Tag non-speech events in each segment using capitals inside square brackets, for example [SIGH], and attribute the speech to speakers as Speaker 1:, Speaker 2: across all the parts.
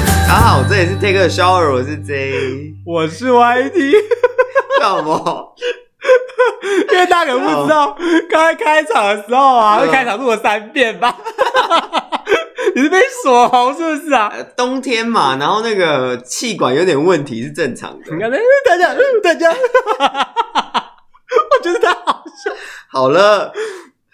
Speaker 1: 里是 Take a Shower，我是 J，
Speaker 2: 我
Speaker 1: [LAUGHS]
Speaker 2: 是 YT，
Speaker 1: 干嘛？ [LAUGHS]
Speaker 2: 因为大家可能不知道，刚才开场的时候啊，
Speaker 1: 嗯
Speaker 2: 开场录了三遍吧。 [LAUGHS] 你是被锁喉是不是啊？
Speaker 1: 呃冬天嘛，然后那个气管有点问题是正常的
Speaker 2: 你。看，哎大家，哎大家， [LAUGHS] 我觉得他好笑。
Speaker 1: 好了，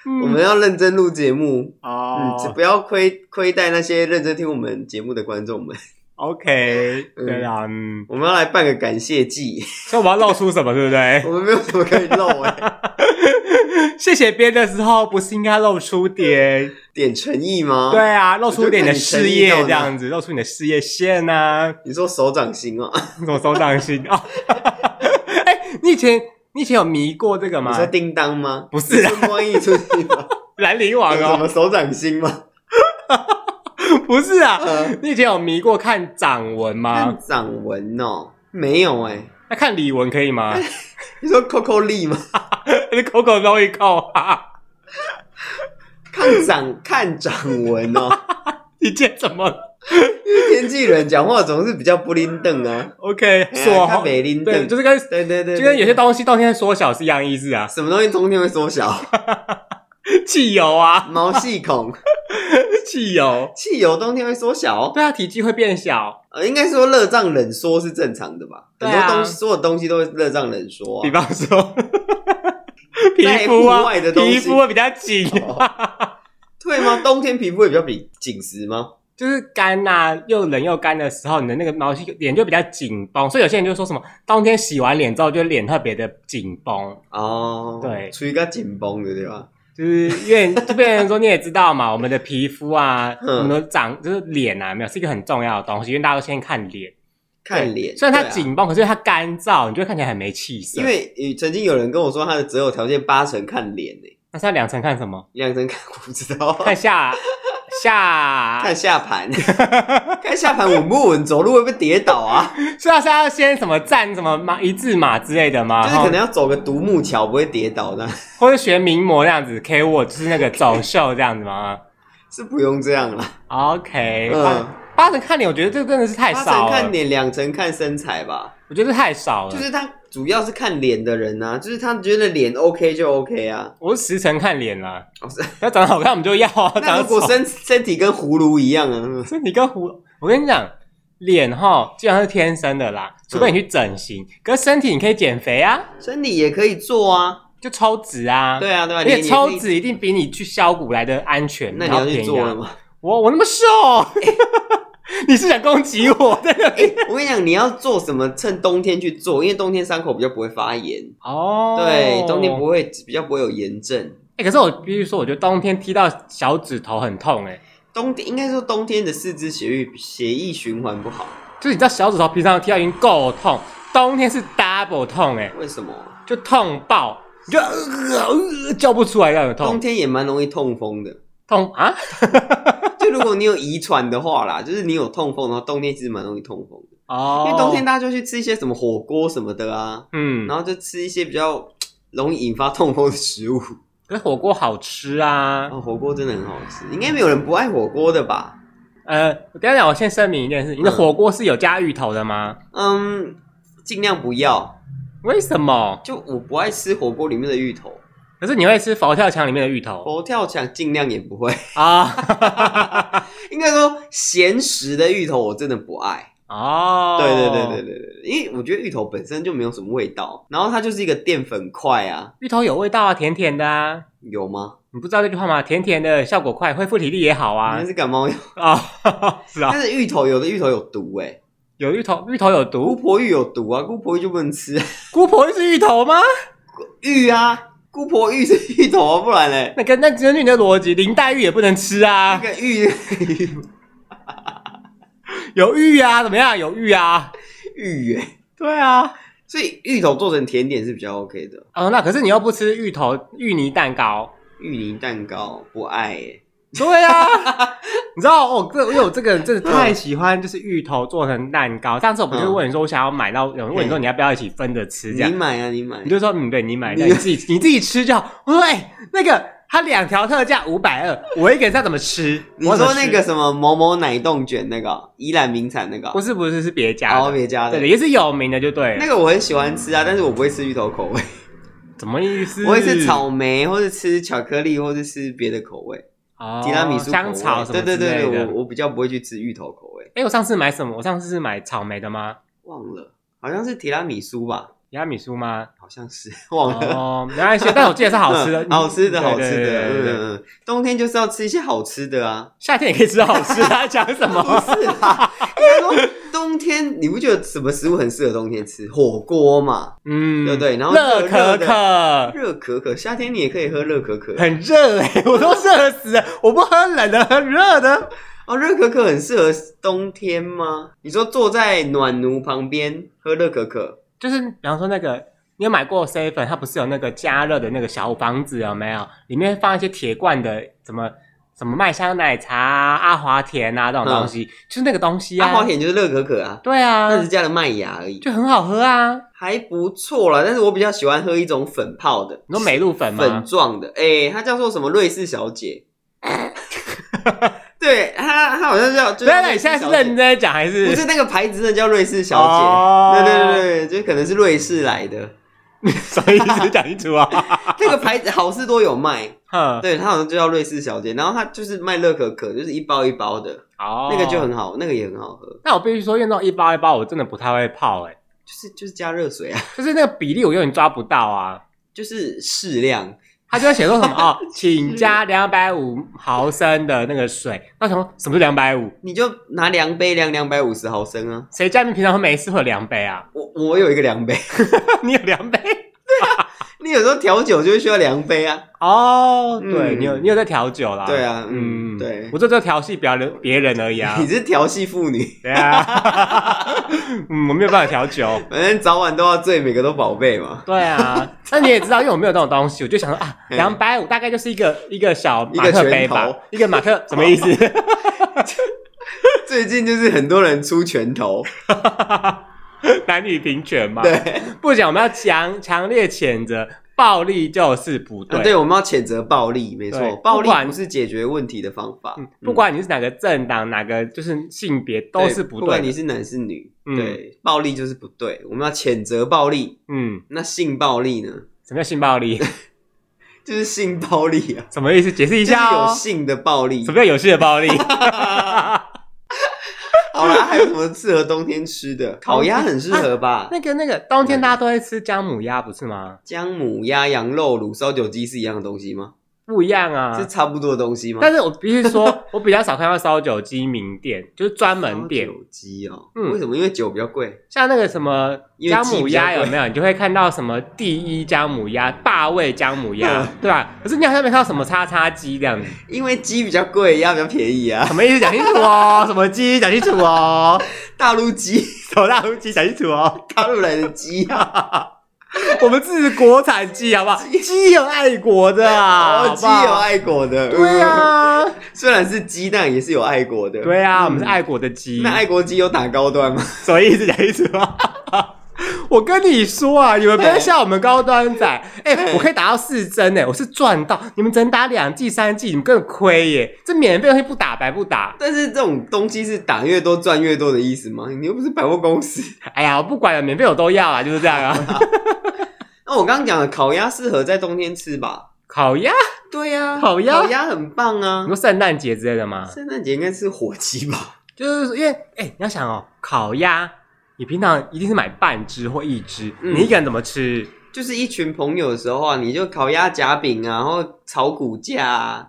Speaker 2: 嗯
Speaker 1: 我们要认真录节目，嗯，
Speaker 2: 哦
Speaker 1: 不要亏亏待那些认真听我们节目的观众们。 [LAUGHS]
Speaker 2: ，OK，
Speaker 1: 嗯
Speaker 2: 对啦，嗯，
Speaker 1: 我们要来办个感谢祭， [LAUGHS]
Speaker 2: 所以我们要露出什么，对不对
Speaker 1: 我？们没有什么可以漏哎、嗯
Speaker 2: [LAUGHS] 谢谢别人的时候，不是应该露出点？
Speaker 1: 点诚意吗？
Speaker 2: 对，啊，露出点你的事业
Speaker 1: 我就看你诚意到哪
Speaker 2: 这样子，露出你的事业线啊，
Speaker 1: 你说手掌心 [LAUGHS] 啊？
Speaker 2: 什么手掌 [LAUGHS] 心
Speaker 1: 哦
Speaker 2: 啊？哎、你以前你以前有迷过这个
Speaker 1: 你
Speaker 2: 吗？
Speaker 1: 说叮当吗？
Speaker 2: 不是啊
Speaker 1: 春光溢出去
Speaker 2: [LAUGHS]
Speaker 1: 吗？
Speaker 2: 兰陵王
Speaker 1: 有什
Speaker 2: 哦，
Speaker 1: 么手掌心吗？
Speaker 2: [LAUGHS] 不是啊，
Speaker 1: 嗯
Speaker 2: 你以前有迷过看掌纹吗
Speaker 1: 看？掌纹哦，没有哎、
Speaker 2: 那看李玟可以吗？ [LAUGHS]
Speaker 1: 你说扣扣力吗？
Speaker 2: 你口口都一扣啊！
Speaker 1: 看掌看掌纹哦， [LAUGHS]
Speaker 2: 你今天怎么了
Speaker 1: 因为天气冷，讲话总是比较不灵登
Speaker 2: [LAUGHS]
Speaker 1: 啊，
Speaker 2: ？OK，
Speaker 1: 哎呀
Speaker 2: 锁
Speaker 1: 看
Speaker 2: 喉，
Speaker 1: 没灵
Speaker 2: 对，
Speaker 1: 登，
Speaker 2: 就是跟
Speaker 1: 对对对，
Speaker 2: 就跟有些
Speaker 1: 东
Speaker 2: 东西冬天缩小是一样意思啊，
Speaker 1: 什么东西冬天会缩小，
Speaker 2: 汽油啊，
Speaker 1: 毛细孔，
Speaker 2: 汽油，
Speaker 1: [LAUGHS] 汽油冬天会缩小，哦
Speaker 2: 对啊，体积会变小，
Speaker 1: 呃，应该说热胀冷缩是正常的吧？
Speaker 2: 对
Speaker 1: 很
Speaker 2: 啊
Speaker 1: 多东西所有东西都会热胀冷缩啊
Speaker 2: 比，方说皮肤
Speaker 1: 户
Speaker 2: 啊
Speaker 1: 外的，东西
Speaker 2: [LAUGHS] 皮肤会比较紧，
Speaker 1: 对哦吗？冬天皮肤会比较比紧实吗？
Speaker 2: 就是干呐、又冷又干的时候，你的那个毛细脸就比较紧绷，所以有些人就说什么冬天洗完脸之后就脸特别的紧绷，
Speaker 1: 哦，
Speaker 2: 对
Speaker 1: 处于一个紧绷的对吧？
Speaker 2: 就是因为就变成说你也知道嘛，我们的皮肤啊，
Speaker 1: 嗯
Speaker 2: 我们的长就是脸啊，没有是一个很重要的东西，因为大家都先看脸，
Speaker 1: 看脸，
Speaker 2: 虽然它
Speaker 1: 对啊
Speaker 2: 紧绷，可是它干燥，你就会看起来很没气色。
Speaker 1: 因为呃曾经有人跟我说他的择偶条件八成看脸呢、
Speaker 2: 那是它两层看什么？
Speaker 1: 两成看我不知道，
Speaker 2: 看下下
Speaker 1: 哦
Speaker 2: 啊
Speaker 1: 看，下盘， [LAUGHS] 看下盘稳不稳，走路会不会跌倒
Speaker 2: [LAUGHS]
Speaker 1: 啊？
Speaker 2: 虽然是要先什么站什么马一字马之类的嘛，
Speaker 1: 就是
Speaker 2: 哈
Speaker 1: 可能要走个独木桥不会跌倒呢，
Speaker 2: 或者学名模这样子，K 我就是那个走秀这样子嘛。
Speaker 1: [LAUGHS] 是不用这样啦。
Speaker 2: OK，
Speaker 1: 嗯
Speaker 2: 八八成看脸，我觉得这个真的是太
Speaker 1: 八
Speaker 2: 少
Speaker 1: 成
Speaker 2: 了。
Speaker 1: 看脸，两成看身材吧，
Speaker 2: 我觉得太少了。
Speaker 1: 就是他主要是看脸的人啊，就是他觉得脸 OK 就 OK 啊。
Speaker 2: 我是十成看脸啦，
Speaker 1: [LAUGHS] 哦是
Speaker 2: 要长得好看我们就要啊，
Speaker 1: [LAUGHS] 那
Speaker 2: 长
Speaker 1: 如果
Speaker 2: 得丑。
Speaker 1: 身身体跟葫芦一样啊，
Speaker 2: 身体跟胡，我跟你讲，脸哈基本上是天生的
Speaker 1: 嗯
Speaker 2: 啦，除非你去整形。可是身体你可以减肥啊，
Speaker 1: 身体也可以做啊。
Speaker 2: 就抽脂啊。
Speaker 1: 对。啊，对啊，
Speaker 2: 而
Speaker 1: 脸也
Speaker 2: 且抽
Speaker 1: 可以。
Speaker 2: 脂一定比你去削骨来的安全，
Speaker 1: 那你
Speaker 2: 然后
Speaker 1: 要去
Speaker 2: 便宜啊
Speaker 1: 做了？吗？ [LAUGHS]
Speaker 2: 我我那么瘦， [LAUGHS] 你是想攻击我？在那边
Speaker 1: 我跟你讲，你要做什么，趁冬天去做，因为冬天伤口比较不会发炎，
Speaker 2: 哦，
Speaker 1: 对，冬天不会比较不会有炎症。
Speaker 2: 哎、可是我必须说，我觉得冬天踢到小指头很痛、欸，
Speaker 1: 冬天应该说冬天的四肢血液血液循环不好，
Speaker 2: 就是你知道小指头平常踢到已经够痛，冬天是 double 痛、欸，
Speaker 1: 为什么？
Speaker 2: 就痛爆，你就、呃呃、叫不出来那种
Speaker 1: 冬
Speaker 2: 痛，
Speaker 1: 天也蛮容易痛风的， [LAUGHS]
Speaker 2: 痛啊！
Speaker 1: 就如果你有遗传的话啦，就是你有痛风的话，冬天其实蛮容易痛风的，
Speaker 2: 哦，
Speaker 1: 因为冬天大家就去吃一些什么火锅什么的啊，
Speaker 2: 嗯
Speaker 1: 然，后就吃一些比较容易引发痛风的食物。
Speaker 2: 可是火锅好吃啊。
Speaker 1: 哦，火锅真的很好吃，应该没有人不爱火锅的吧？
Speaker 2: 呃，等一下讲，我先声明一件事，你的
Speaker 1: 嗯
Speaker 2: 火锅是有加芋头的吗？
Speaker 1: 嗯，尽量不要。
Speaker 2: 为什么？
Speaker 1: 就我不爱吃火锅里面的芋头，
Speaker 2: 可是你会吃佛跳墙里面的芋头
Speaker 1: 佛跳墙尽量也不会。 [LAUGHS]
Speaker 2: 啊？
Speaker 1: 应该说咸食的芋头我真的不爱。
Speaker 2: 哦，
Speaker 1: 对对对对，对对，因为我觉得芋头本身就没有什么味道，然后它就是一个淀粉块啊，
Speaker 2: 芋头有味道啊，甜甜的啊。
Speaker 1: 有吗？
Speaker 2: 你不知道这句话吗？甜甜的效果快，恢复体力也好
Speaker 1: 啊，
Speaker 2: 啊
Speaker 1: 那。是感冒药。
Speaker 2: 啊、 [LAUGHS] 是啊，
Speaker 1: 但是芋头有的芋头有毒哎、欸，
Speaker 2: 有芋头，芋头有
Speaker 1: 姑
Speaker 2: 毒。
Speaker 1: 婆芋有毒啊，姑婆芋就不能吃啊
Speaker 2: 姑婆是芋头吗？
Speaker 1: 芋啊，姑婆芋是芋头啊，不然嘞，
Speaker 2: 那跟那根据你的逻辑，林黛玉也不能吃
Speaker 1: 那
Speaker 2: 啊。
Speaker 1: 个芋
Speaker 2: 有芋啊，怎么样？有芋啊。
Speaker 1: 芋哎、
Speaker 2: 对啊。
Speaker 1: 所以芋头做成甜点是比较 OK 的。
Speaker 2: 哦，那可是你又不吃芋头芋泥蛋糕。
Speaker 1: 芋泥蛋糕不爱、欸，[LAUGHS]
Speaker 2: 对啊，你知道哦，这因为我这个人真的太喜欢，就是芋头做成蛋糕。上次我不是问你说我想要买到，有人问你说你要不要一起分着吃这
Speaker 1: 你
Speaker 2: 样，
Speaker 1: 买啊，你买
Speaker 2: 你。就说嗯，对你买，
Speaker 1: 你
Speaker 2: 那你自己你自己吃就好。我说哎，那个它两条特价五百二，我一个人要怎么吃？
Speaker 1: 你
Speaker 2: 我怎
Speaker 1: 说
Speaker 2: 么吃
Speaker 1: 那个什么某某奶冻卷那个哦宜兰名产那个
Speaker 2: 不
Speaker 1: 哦，
Speaker 2: 是不是是别家
Speaker 1: 然后
Speaker 2: 的，
Speaker 1: 别家
Speaker 2: 对
Speaker 1: 的
Speaker 2: 的，也是有名的就对了。
Speaker 1: 那个我很喜欢吃啊，但是我不会吃芋头口味，
Speaker 2: 怎么意思？
Speaker 1: 我会吃草莓或者吃巧克力或者吃别的口味，
Speaker 2: 哦
Speaker 1: 提拉米苏口味
Speaker 2: 香草什么
Speaker 1: 对对
Speaker 2: 之类
Speaker 1: 对对，
Speaker 2: 的
Speaker 1: 我我比较不会去吃芋头口味，
Speaker 2: 哎，我上次买什么？我上次是买草莓的吗？
Speaker 1: 忘了好像是提拉米苏吧，
Speaker 2: 提拉米苏吗？
Speaker 1: 好像是 [LAUGHS] 忘了。
Speaker 2: 哦，没关系，但我记得是好吃的
Speaker 1: [LAUGHS] 嗯，好吃的，
Speaker 2: 对
Speaker 1: 好吃
Speaker 2: 对
Speaker 1: 的，
Speaker 2: 对对
Speaker 1: 嗯
Speaker 2: 对对
Speaker 1: 嗯，嗯冬天就是要吃一些好吃的啊。
Speaker 2: 夏天也可以吃好吃
Speaker 1: [LAUGHS]
Speaker 2: 的啊，讲什
Speaker 1: 不
Speaker 2: 么？
Speaker 1: 是 [LAUGHS] 啦，应该说冬天，你不觉得什么食物很适合冬天吃？火锅嘛，
Speaker 2: 嗯，
Speaker 1: 对对然后热
Speaker 2: 热
Speaker 1: 热
Speaker 2: 可
Speaker 1: 的
Speaker 2: 可
Speaker 1: 热可可，夏天你也可以喝热可可
Speaker 2: 很热哎、我都热死了，我不喝冷的，喝热的。
Speaker 1: 哦。热可可很适合冬天吗？你说坐在暖炉旁边喝热可可，
Speaker 2: 就是比方说那个，你有买过 seven，它不是有那个加热的那个小房子有没有？里面放一些铁罐的，什么什么麦香奶茶啊、阿华田啊这种东西，就是那个东西
Speaker 1: 嗯
Speaker 2: 啊。
Speaker 1: 阿华田就是热可可啊，
Speaker 2: 对啊
Speaker 1: 它，只是加了麦芽而已，
Speaker 2: 就很好喝啊。
Speaker 1: 还不错啦。但是我比较喜欢喝一种粉泡的，
Speaker 2: 你说美露粉
Speaker 1: 粉
Speaker 2: 吗？
Speaker 1: 状的，哎、它叫做什么瑞士小
Speaker 2: [LAUGHS]
Speaker 1: 姐？对，它它好像叫，就
Speaker 2: 对啊，你现在是认真
Speaker 1: 的，
Speaker 2: 在讲还是？
Speaker 1: 不是那个牌子真的叫瑞士小姐？
Speaker 2: 哦
Speaker 1: 对对对对，就可能是瑞士来
Speaker 2: [LAUGHS]
Speaker 1: 的。
Speaker 2: 什么意思？讲
Speaker 1: [LAUGHS]
Speaker 2: 清楚啊！嗯
Speaker 1: 那个牌子好事多有卖，
Speaker 2: 哼，
Speaker 1: 对，它好像就叫瑞士小姐。然后它就是卖乐可可，就是一包一包的，
Speaker 2: 哦，
Speaker 1: 那个就很好，那个也很好喝，
Speaker 2: 那我必须说，用那种一包一包，我真的不太会泡、欸，哎，
Speaker 1: 就是就是加热水啊，
Speaker 2: 就是那个比例我有点抓不到啊。
Speaker 1: 就是适量。
Speaker 2: 他就会写
Speaker 1: [LAUGHS]
Speaker 2: 说什么哦，请加两百五毫升的那个水。那我想说什么是两百五？
Speaker 1: 你就拿量杯量两百五十毫升啊，
Speaker 2: 谁家里面平常没事会有量杯啊？ [LAUGHS]
Speaker 1: 我我有一个量杯， [LAUGHS]
Speaker 2: 你有量杯？
Speaker 1: 你有时候调酒就会需要量杯啊，
Speaker 2: 哦，
Speaker 1: 嗯
Speaker 2: 对你有你有在调酒啦？
Speaker 1: 对啊，嗯，对，
Speaker 2: 我就在调戏别人别人而已啊
Speaker 1: 你。是调戏妇女，
Speaker 2: 对啊， [LAUGHS] 嗯，我没有办法调酒。
Speaker 1: 反正早晚都要醉，每个都宝贝嘛。 [LAUGHS]
Speaker 2: 对啊，那你也知道，因为我没有这种东西，我就想说 [LAUGHS] 啊，
Speaker 1: 嗯
Speaker 2: 两百五大概就是一个一个小马
Speaker 1: 一个
Speaker 2: 克
Speaker 1: 拳
Speaker 2: 杯吧
Speaker 1: 头，
Speaker 2: 一个马克什么意思？
Speaker 1: 最近就是很多人出拳头，
Speaker 2: [LAUGHS] 男女平权嘛。
Speaker 1: 对，
Speaker 2: 不讲，我们要强强烈谴责暴力就是不对。
Speaker 1: 啊对，我们要谴责暴力，没
Speaker 2: 对
Speaker 1: 错，暴
Speaker 2: 不管
Speaker 1: 力不是解决问题的方法
Speaker 2: 嗯，不管你是哪个政党，哪个就是性别，
Speaker 1: 嗯
Speaker 2: 都是
Speaker 1: 不
Speaker 2: 不对
Speaker 1: 管你
Speaker 2: 的。
Speaker 1: 是男是女，
Speaker 2: 嗯
Speaker 1: 对，暴力就是不对，我们要谴责暴力。
Speaker 2: 嗯，
Speaker 1: 那性暴力呢？
Speaker 2: 什么叫性暴力？
Speaker 1: 就是性暴力
Speaker 2: [LAUGHS]
Speaker 1: 啊，
Speaker 2: 什么意思？解释一
Speaker 1: 就是
Speaker 2: 下
Speaker 1: 有
Speaker 2: 哦。
Speaker 1: 性的暴力
Speaker 2: 什。么叫有序的 [LAUGHS] 暴力？
Speaker 1: 好啦，还有什么适合冬天吃
Speaker 2: [LAUGHS]
Speaker 1: 的？烤鸭很适合吧？
Speaker 2: 那个那个，冬天大家都会吃姜母鸭，不是吗？
Speaker 1: 姜母鸭、羊肉卤、烧酒鸡是一样的东西吗？
Speaker 2: 不一样
Speaker 1: 是
Speaker 2: 啊。
Speaker 1: 差不多的东西吗？
Speaker 2: 但是我必须说，我比较少看到烧酒鸡名店，就是专门店
Speaker 1: 烧，酒鸡哦，
Speaker 2: 嗯
Speaker 1: 为什么？因为酒比较贵，
Speaker 2: 像那个什么
Speaker 1: 因为
Speaker 2: 姜母
Speaker 1: 鸡
Speaker 2: 鸭
Speaker 1: 比较贵
Speaker 2: 有没有？你就会看到什么第一姜母鸭、霸味姜母
Speaker 1: 嗯
Speaker 2: 鸭，对吧？可是你好像没看到什么叉叉鸡这样子。
Speaker 1: 因为鸡比较贵，鸭比较便宜
Speaker 2: [LAUGHS]
Speaker 1: 啊。
Speaker 2: 什么意思？讲清楚哦，什么鸡？讲清楚哦，
Speaker 1: 大陆鸡， [LAUGHS]
Speaker 2: 手大如鸡，讲清楚哦。
Speaker 1: 大陆来的鸡啊，
Speaker 2: 我们是国产鸡，好不好？鸡有爱国的啊，
Speaker 1: 哦
Speaker 2: 好
Speaker 1: 鸡
Speaker 2: 不好
Speaker 1: 有。爱国的，
Speaker 2: 对啊，
Speaker 1: 嗯，虽然是鸡，但也是有爱国的。，
Speaker 2: 对啊，我们是爱国的鸡
Speaker 1: 那。爱国鸡有打高端吗？ [LAUGHS]
Speaker 2: 什么意思？讲清楚哦。 [LAUGHS] 我跟你说啊，你们不要笑我们高端仔。哎、我可以打到四针哎、我是赚到。你们只能打两剂、三剂，你们更亏耶。这免费东西不打白不打。
Speaker 1: 但是这种东西是打越多赚越多的意思吗？你又不是百货公
Speaker 2: [LAUGHS]
Speaker 1: 司。
Speaker 2: 哎呀，我不管了，免费我都要啊，就是这样啊。 [LAUGHS]
Speaker 1: 那我刚刚讲的烤鸭适合在冬天吃吧？
Speaker 2: 烤鸭，
Speaker 1: 对呀、
Speaker 2: 烤鸭嗯
Speaker 1: 烤鸭很棒啊
Speaker 2: 你。说圣诞节之类的吗？
Speaker 1: 圣诞节应该吃火鸡吧？
Speaker 2: 就是因为，哎、你要想哦，烤鸭，你平常一定是买半只或一只，
Speaker 1: 嗯
Speaker 2: 你一个人怎么吃？
Speaker 1: 就是一群朋友的时候啊，你就烤鸭夹饼啊，然后炒骨架啊，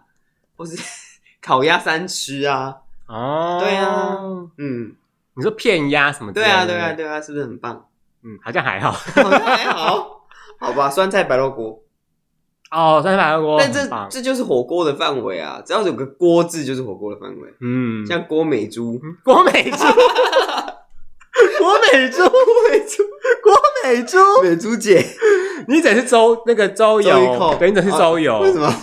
Speaker 1: 或是 [LAUGHS] 烤鸭三吃啊，
Speaker 2: 哦，
Speaker 1: 对啊，嗯，
Speaker 2: 你说片鸭什么之
Speaker 1: 对
Speaker 2: 类的？
Speaker 1: 啊，对啊，，对啊，是不是很棒？ [LAUGHS]
Speaker 2: 嗯，好像还好。
Speaker 1: 好像还好，好吧，酸菜白肉锅，
Speaker 2: 哦，酸菜白锅，
Speaker 1: 但
Speaker 2: 很
Speaker 1: 这
Speaker 2: 棒
Speaker 1: 这就是火锅的范围啊，只要有个锅字就是火锅的范围，
Speaker 2: 嗯，
Speaker 1: 像郭美 [LAUGHS] 猪，
Speaker 2: [LAUGHS] 郭美珠，郭美珠，郭美珠，郭美珠，
Speaker 1: 美猪姐，
Speaker 2: 你整是周那个
Speaker 1: 周
Speaker 2: 周
Speaker 1: 一
Speaker 2: 游，
Speaker 1: 蔻
Speaker 2: 对，你整是周游，
Speaker 1: 为什么？ [LAUGHS]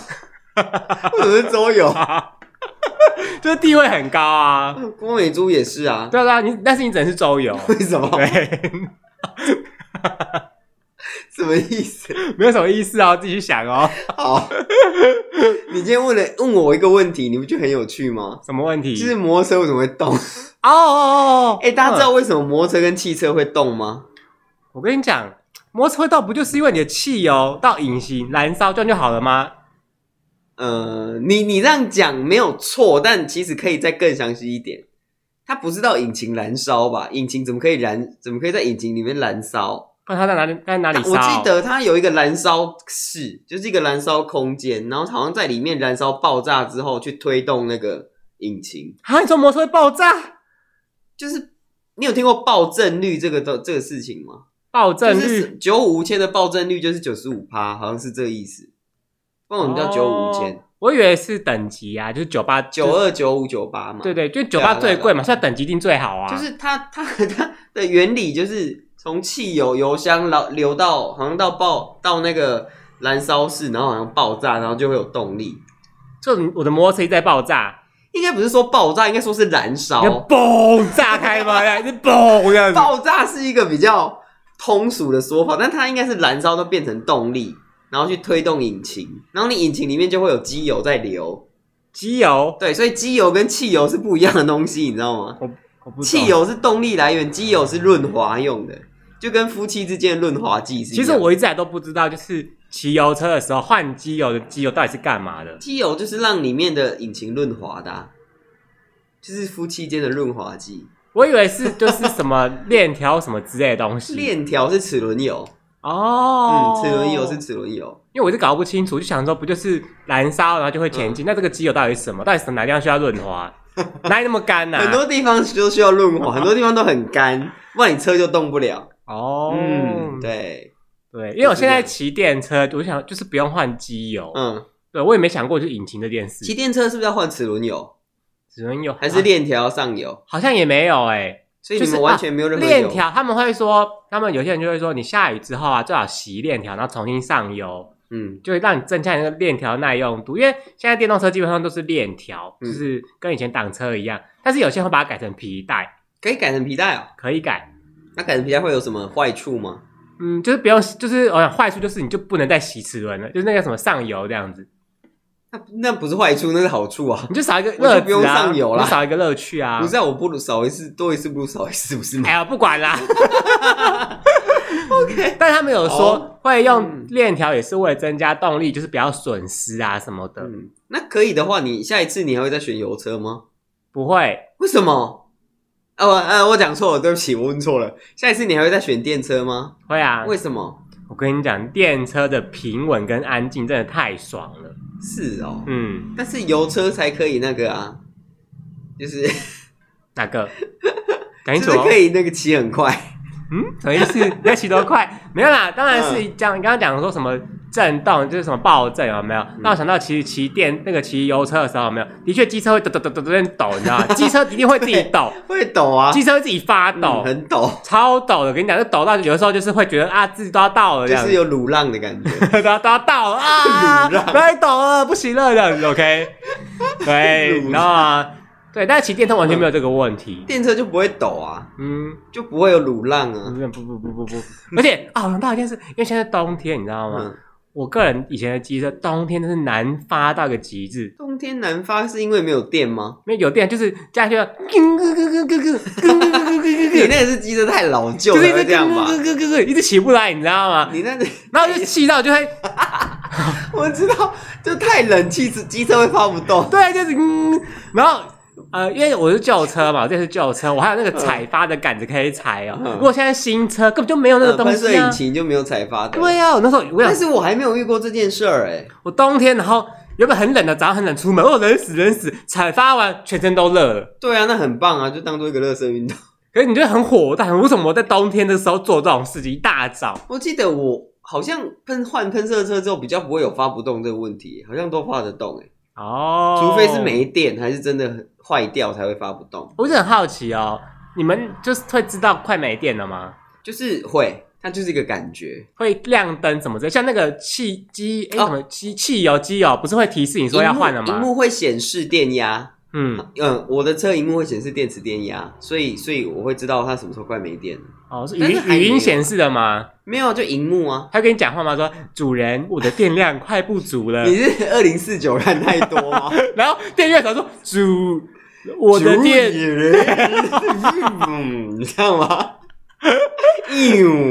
Speaker 1: 为什么是周 [LAUGHS] 游？
Speaker 2: [LAUGHS] 就是地位很高啊。
Speaker 1: 郭美猪也是啊，[LAUGHS]
Speaker 2: 对啊对啊，你但是你整是周游， [LAUGHS]
Speaker 1: 为什么？
Speaker 2: 对，
Speaker 1: 什么意思？
Speaker 2: 没有什么意思啊，自己去想哦。
Speaker 1: [LAUGHS] 好，你今天问了问我一个问题，你不觉得很有趣吗？
Speaker 2: 什么问题？
Speaker 1: 就是摩托车为什么会动？
Speaker 2: 哦哦哦！
Speaker 1: 哎、大家知
Speaker 2: 嗯
Speaker 1: 道为什么摩托车跟汽车会动吗？
Speaker 2: 我跟你讲，摩托车会动不就是因为你的汽油到引擎燃烧，这样就好了吗？
Speaker 1: 呃，你你这样讲没有错，但其实可以再更详细一点。它不是到引擎燃烧吧？引擎怎么可以燃？怎么可以在引擎里面燃烧？
Speaker 2: 不然它在哪里？它在哪里烧？
Speaker 1: 我记得它有一个燃烧室，就是一个燃烧空间，然后好像在里面燃烧爆炸之后去推动那个引擎。
Speaker 2: 啊，你说摩托车会爆炸？
Speaker 1: 就是你有听过爆震率这个的这个事情吗？
Speaker 2: 爆震
Speaker 1: 哦就是
Speaker 2: 率
Speaker 1: 九五无铅的爆震率就是九十五趴，好像是这个意思。不然我们叫九五无铅
Speaker 2: 哦，我以为是等级啊，就是九八
Speaker 1: 九，二九五九八嘛。
Speaker 2: 对对，就九八最贵嘛，
Speaker 1: 对
Speaker 2: 所
Speaker 1: 啊对啊
Speaker 2: 以等级一定最好啊。
Speaker 1: 就是它它它的原理就是从汽油油箱流流到好像到爆到那个燃烧室，然后好像爆炸，然后就会有动力。
Speaker 2: 就我的摩托车一直在爆炸，
Speaker 1: 应该不是说爆炸，应该说是燃
Speaker 2: 你
Speaker 1: 烧。
Speaker 2: 嘣炸开吗？你嘣这样子。
Speaker 1: 爆炸是一个比较通俗的说法，但它应该是燃烧都变成动力，然后去推动引擎，然后你引擎里面就会有机油在流。
Speaker 2: 机油，
Speaker 1: 对，所以机油跟汽油是不一样的东西，你知道吗？
Speaker 2: 我我不懂
Speaker 1: 汽。油是动力来源，机油是润滑用的，就跟夫妻之间的润滑剂是一
Speaker 2: 其
Speaker 1: 样
Speaker 2: 实
Speaker 1: 的。
Speaker 2: 我一直来都不知道，就是骑油车的时候换机油的机油到底是干嘛的。
Speaker 1: 机油就是让里面的引擎润滑的啊、就是夫妻间的润滑剂。
Speaker 2: 我以为是就是什么链条什么之类的东西。
Speaker 1: 链条是齿轮油，
Speaker 2: 哦
Speaker 1: 嗯，，齿轮油是齿轮油，
Speaker 2: 因为我一直搞不清楚，就想说不就是燃烧然后就会前
Speaker 1: 嗯
Speaker 2: 进，那这个机油到底是什么？到底什么哪地方需要润
Speaker 1: [LAUGHS]
Speaker 2: 滑？哪里那么干啊呐、
Speaker 1: 很多地方都需要润滑，很多地方都很干，不然你车就动不了。
Speaker 2: 哦，
Speaker 1: 嗯，对，
Speaker 2: 对，因为我现在骑电车，我想就是不用换机油，
Speaker 1: 嗯，
Speaker 2: 对我也没想过就是引擎这件事
Speaker 1: 骑，电车是不是要换齿轮油，
Speaker 2: 只能有
Speaker 1: 还是、链条上油？
Speaker 2: 好像也没有哎、
Speaker 1: 所以
Speaker 2: 就
Speaker 1: 你
Speaker 2: 是
Speaker 1: 们完全没有任何油
Speaker 2: 链条他们会说，他们有些人就会说，你下雨之后啊，最好洗链条，然后重新上油，
Speaker 1: 嗯，
Speaker 2: 就会让你增加你那个链条耐用度。因为现在电动车基本上都是链条，
Speaker 1: 嗯
Speaker 2: 就是跟以前挡车一样，但是有些人会把它改成皮带，
Speaker 1: 可以改成皮带哦。
Speaker 2: 可以改。
Speaker 1: 那改成皮带会有什么坏处吗？
Speaker 2: 嗯，就是不用，就是我想坏处就是你就不能再洗齿轮了，就是那个什么上油这样子，
Speaker 1: 那那不是坏处，那是好处啊。
Speaker 2: 你就少一个乐子、啊、
Speaker 1: 不用上油啦
Speaker 2: 你就少一个乐趣啊。
Speaker 1: 不是啊，我不如少一次多一次不如少一次，不是吗
Speaker 2: 哎？呀，不管啦。OK，但他们有说
Speaker 1: 好
Speaker 2: 会用
Speaker 1: 嗯
Speaker 2: 链条也是为了增加动力，就是不要损失啊什么的。
Speaker 1: 嗯，那可以的话，你下一次你还会再选油车吗？
Speaker 2: 不会，
Speaker 1: 为什么？啊，我啊，我讲错了，对不起，我问错了。下一次你还会再选电车吗？
Speaker 2: 会啊。
Speaker 1: 为什么？
Speaker 2: 我跟你讲，电车的平稳跟安静真的太爽了。
Speaker 1: 是哦，
Speaker 2: 嗯，
Speaker 1: 但是油车才可以那个啊，就是
Speaker 2: 哪个？赶
Speaker 1: 就
Speaker 2: 紧
Speaker 1: 是
Speaker 2: 走哦。
Speaker 1: 可以那个骑很快。
Speaker 2: 嗯，什么意思？你要骑多快？没有啦，当然是这样。你刚刚讲说什么震动，就是什么暴震，有没有？那我想到其实骑电那个骑油车的时候，有没有？的确，机车会抖抖抖抖抖抖，你知道吗？机车一定会自己抖，
Speaker 1: 会抖啊，
Speaker 2: 机车会自己发抖
Speaker 1: 嗯，很抖，
Speaker 2: 超抖的，跟你讲，就抖到有的时候就是会觉得啊，自己都要到了这
Speaker 1: 就
Speaker 2: 样
Speaker 1: 是
Speaker 2: 子，
Speaker 1: 有乳浪的感觉。
Speaker 2: [LAUGHS]
Speaker 1: [LAUGHS]
Speaker 2: 都要都要到了啊，
Speaker 1: 乳浪
Speaker 2: 不要再抖了，不行了这样子，OK？对，
Speaker 1: 乳浪
Speaker 2: 然后啊，对，但是骑电车完全没有这个问题，
Speaker 1: 电车就不会抖啊，
Speaker 2: 嗯，
Speaker 1: 就不会有乳浪啊。
Speaker 2: 不不不不不不，而且啊，我想到一件事，因为现在冬天，你知道吗
Speaker 1: 嗯？，
Speaker 2: 我个人以前的机车冬天真是难发到一个极致，
Speaker 1: 冬天难发是因为没有电
Speaker 2: [LAUGHS]
Speaker 1: 吗？
Speaker 2: 因为有电就是加去，咯咯咯咯咯咯咯咯
Speaker 1: 你
Speaker 2: 咯咯咯，
Speaker 1: 那个是机车太老旧
Speaker 2: 就 [LAUGHS]
Speaker 1: 了，
Speaker 2: 是一
Speaker 1: 会
Speaker 2: 直
Speaker 1: 这样吧
Speaker 2: 咯？咯咯咯，一直起不来，你知道吗？
Speaker 1: [LAUGHS] 你那个。 [LAUGHS]
Speaker 2: 然后就气到就会。
Speaker 1: 我知道，就太冷，气机机车会发不动。
Speaker 2: [LAUGHS] 对，就是嗯，然后呃，因为我是旧车嘛，我这是旧车，我还有那个采发的杆子可以踩哦。
Speaker 1: 嗯
Speaker 2: 如果现在新车根本就没有那个
Speaker 1: 呃
Speaker 2: 东
Speaker 1: 喷射
Speaker 2: 西啊
Speaker 1: 引。擎就没有采发的。
Speaker 2: 对啊，我那时候我
Speaker 1: 但
Speaker 2: 想，
Speaker 1: 是我还没有遇过这件事儿、欸，
Speaker 2: 我冬天然后原本很冷的，早上很冷出门，我冷死冷死，采发完全身都热了。
Speaker 1: 对啊，那很棒啊，就当做一个热身运动。 [LAUGHS]
Speaker 2: 可是你就很火大，为什么我在冬天的时候做这种事情？一大早，
Speaker 1: 我记得我好像喷换喷射车之后，比较不会有发不动这个问题，好像都发得动、欸，
Speaker 2: 哦，
Speaker 1: 除非是。没电，还是真的坏掉才会发不动，
Speaker 2: 我就很好奇哦，你们就是会知道快没电了吗？
Speaker 1: 就是会，它就是一个感觉。
Speaker 2: 会亮灯什么之类，像那个汽机哎、
Speaker 1: 哦
Speaker 2: 哦什么机汽油机油，不是会提示你说要换了吗？
Speaker 1: 荧幕荧幕会显示电压，
Speaker 2: 嗯，
Speaker 1: 嗯，我的车荧幕会显示电池电压，所以所以我会知道它什么时候快没电了。
Speaker 2: 哦，是
Speaker 1: 但
Speaker 2: 语
Speaker 1: 是
Speaker 2: 音
Speaker 1: 还
Speaker 2: 语
Speaker 1: 没有
Speaker 2: 音显示的吗？
Speaker 1: 没有啊，就荧幕啊。
Speaker 2: 他跟你讲话吗？说主人，我的电量快不足了。
Speaker 1: 你是 [LAUGHS] 二零四九看太多吗？
Speaker 2: [LAUGHS] 然后电乐团说主， [LAUGHS] 我的
Speaker 1: 主
Speaker 2: 电
Speaker 1: 人， [LAUGHS] 你知道吗？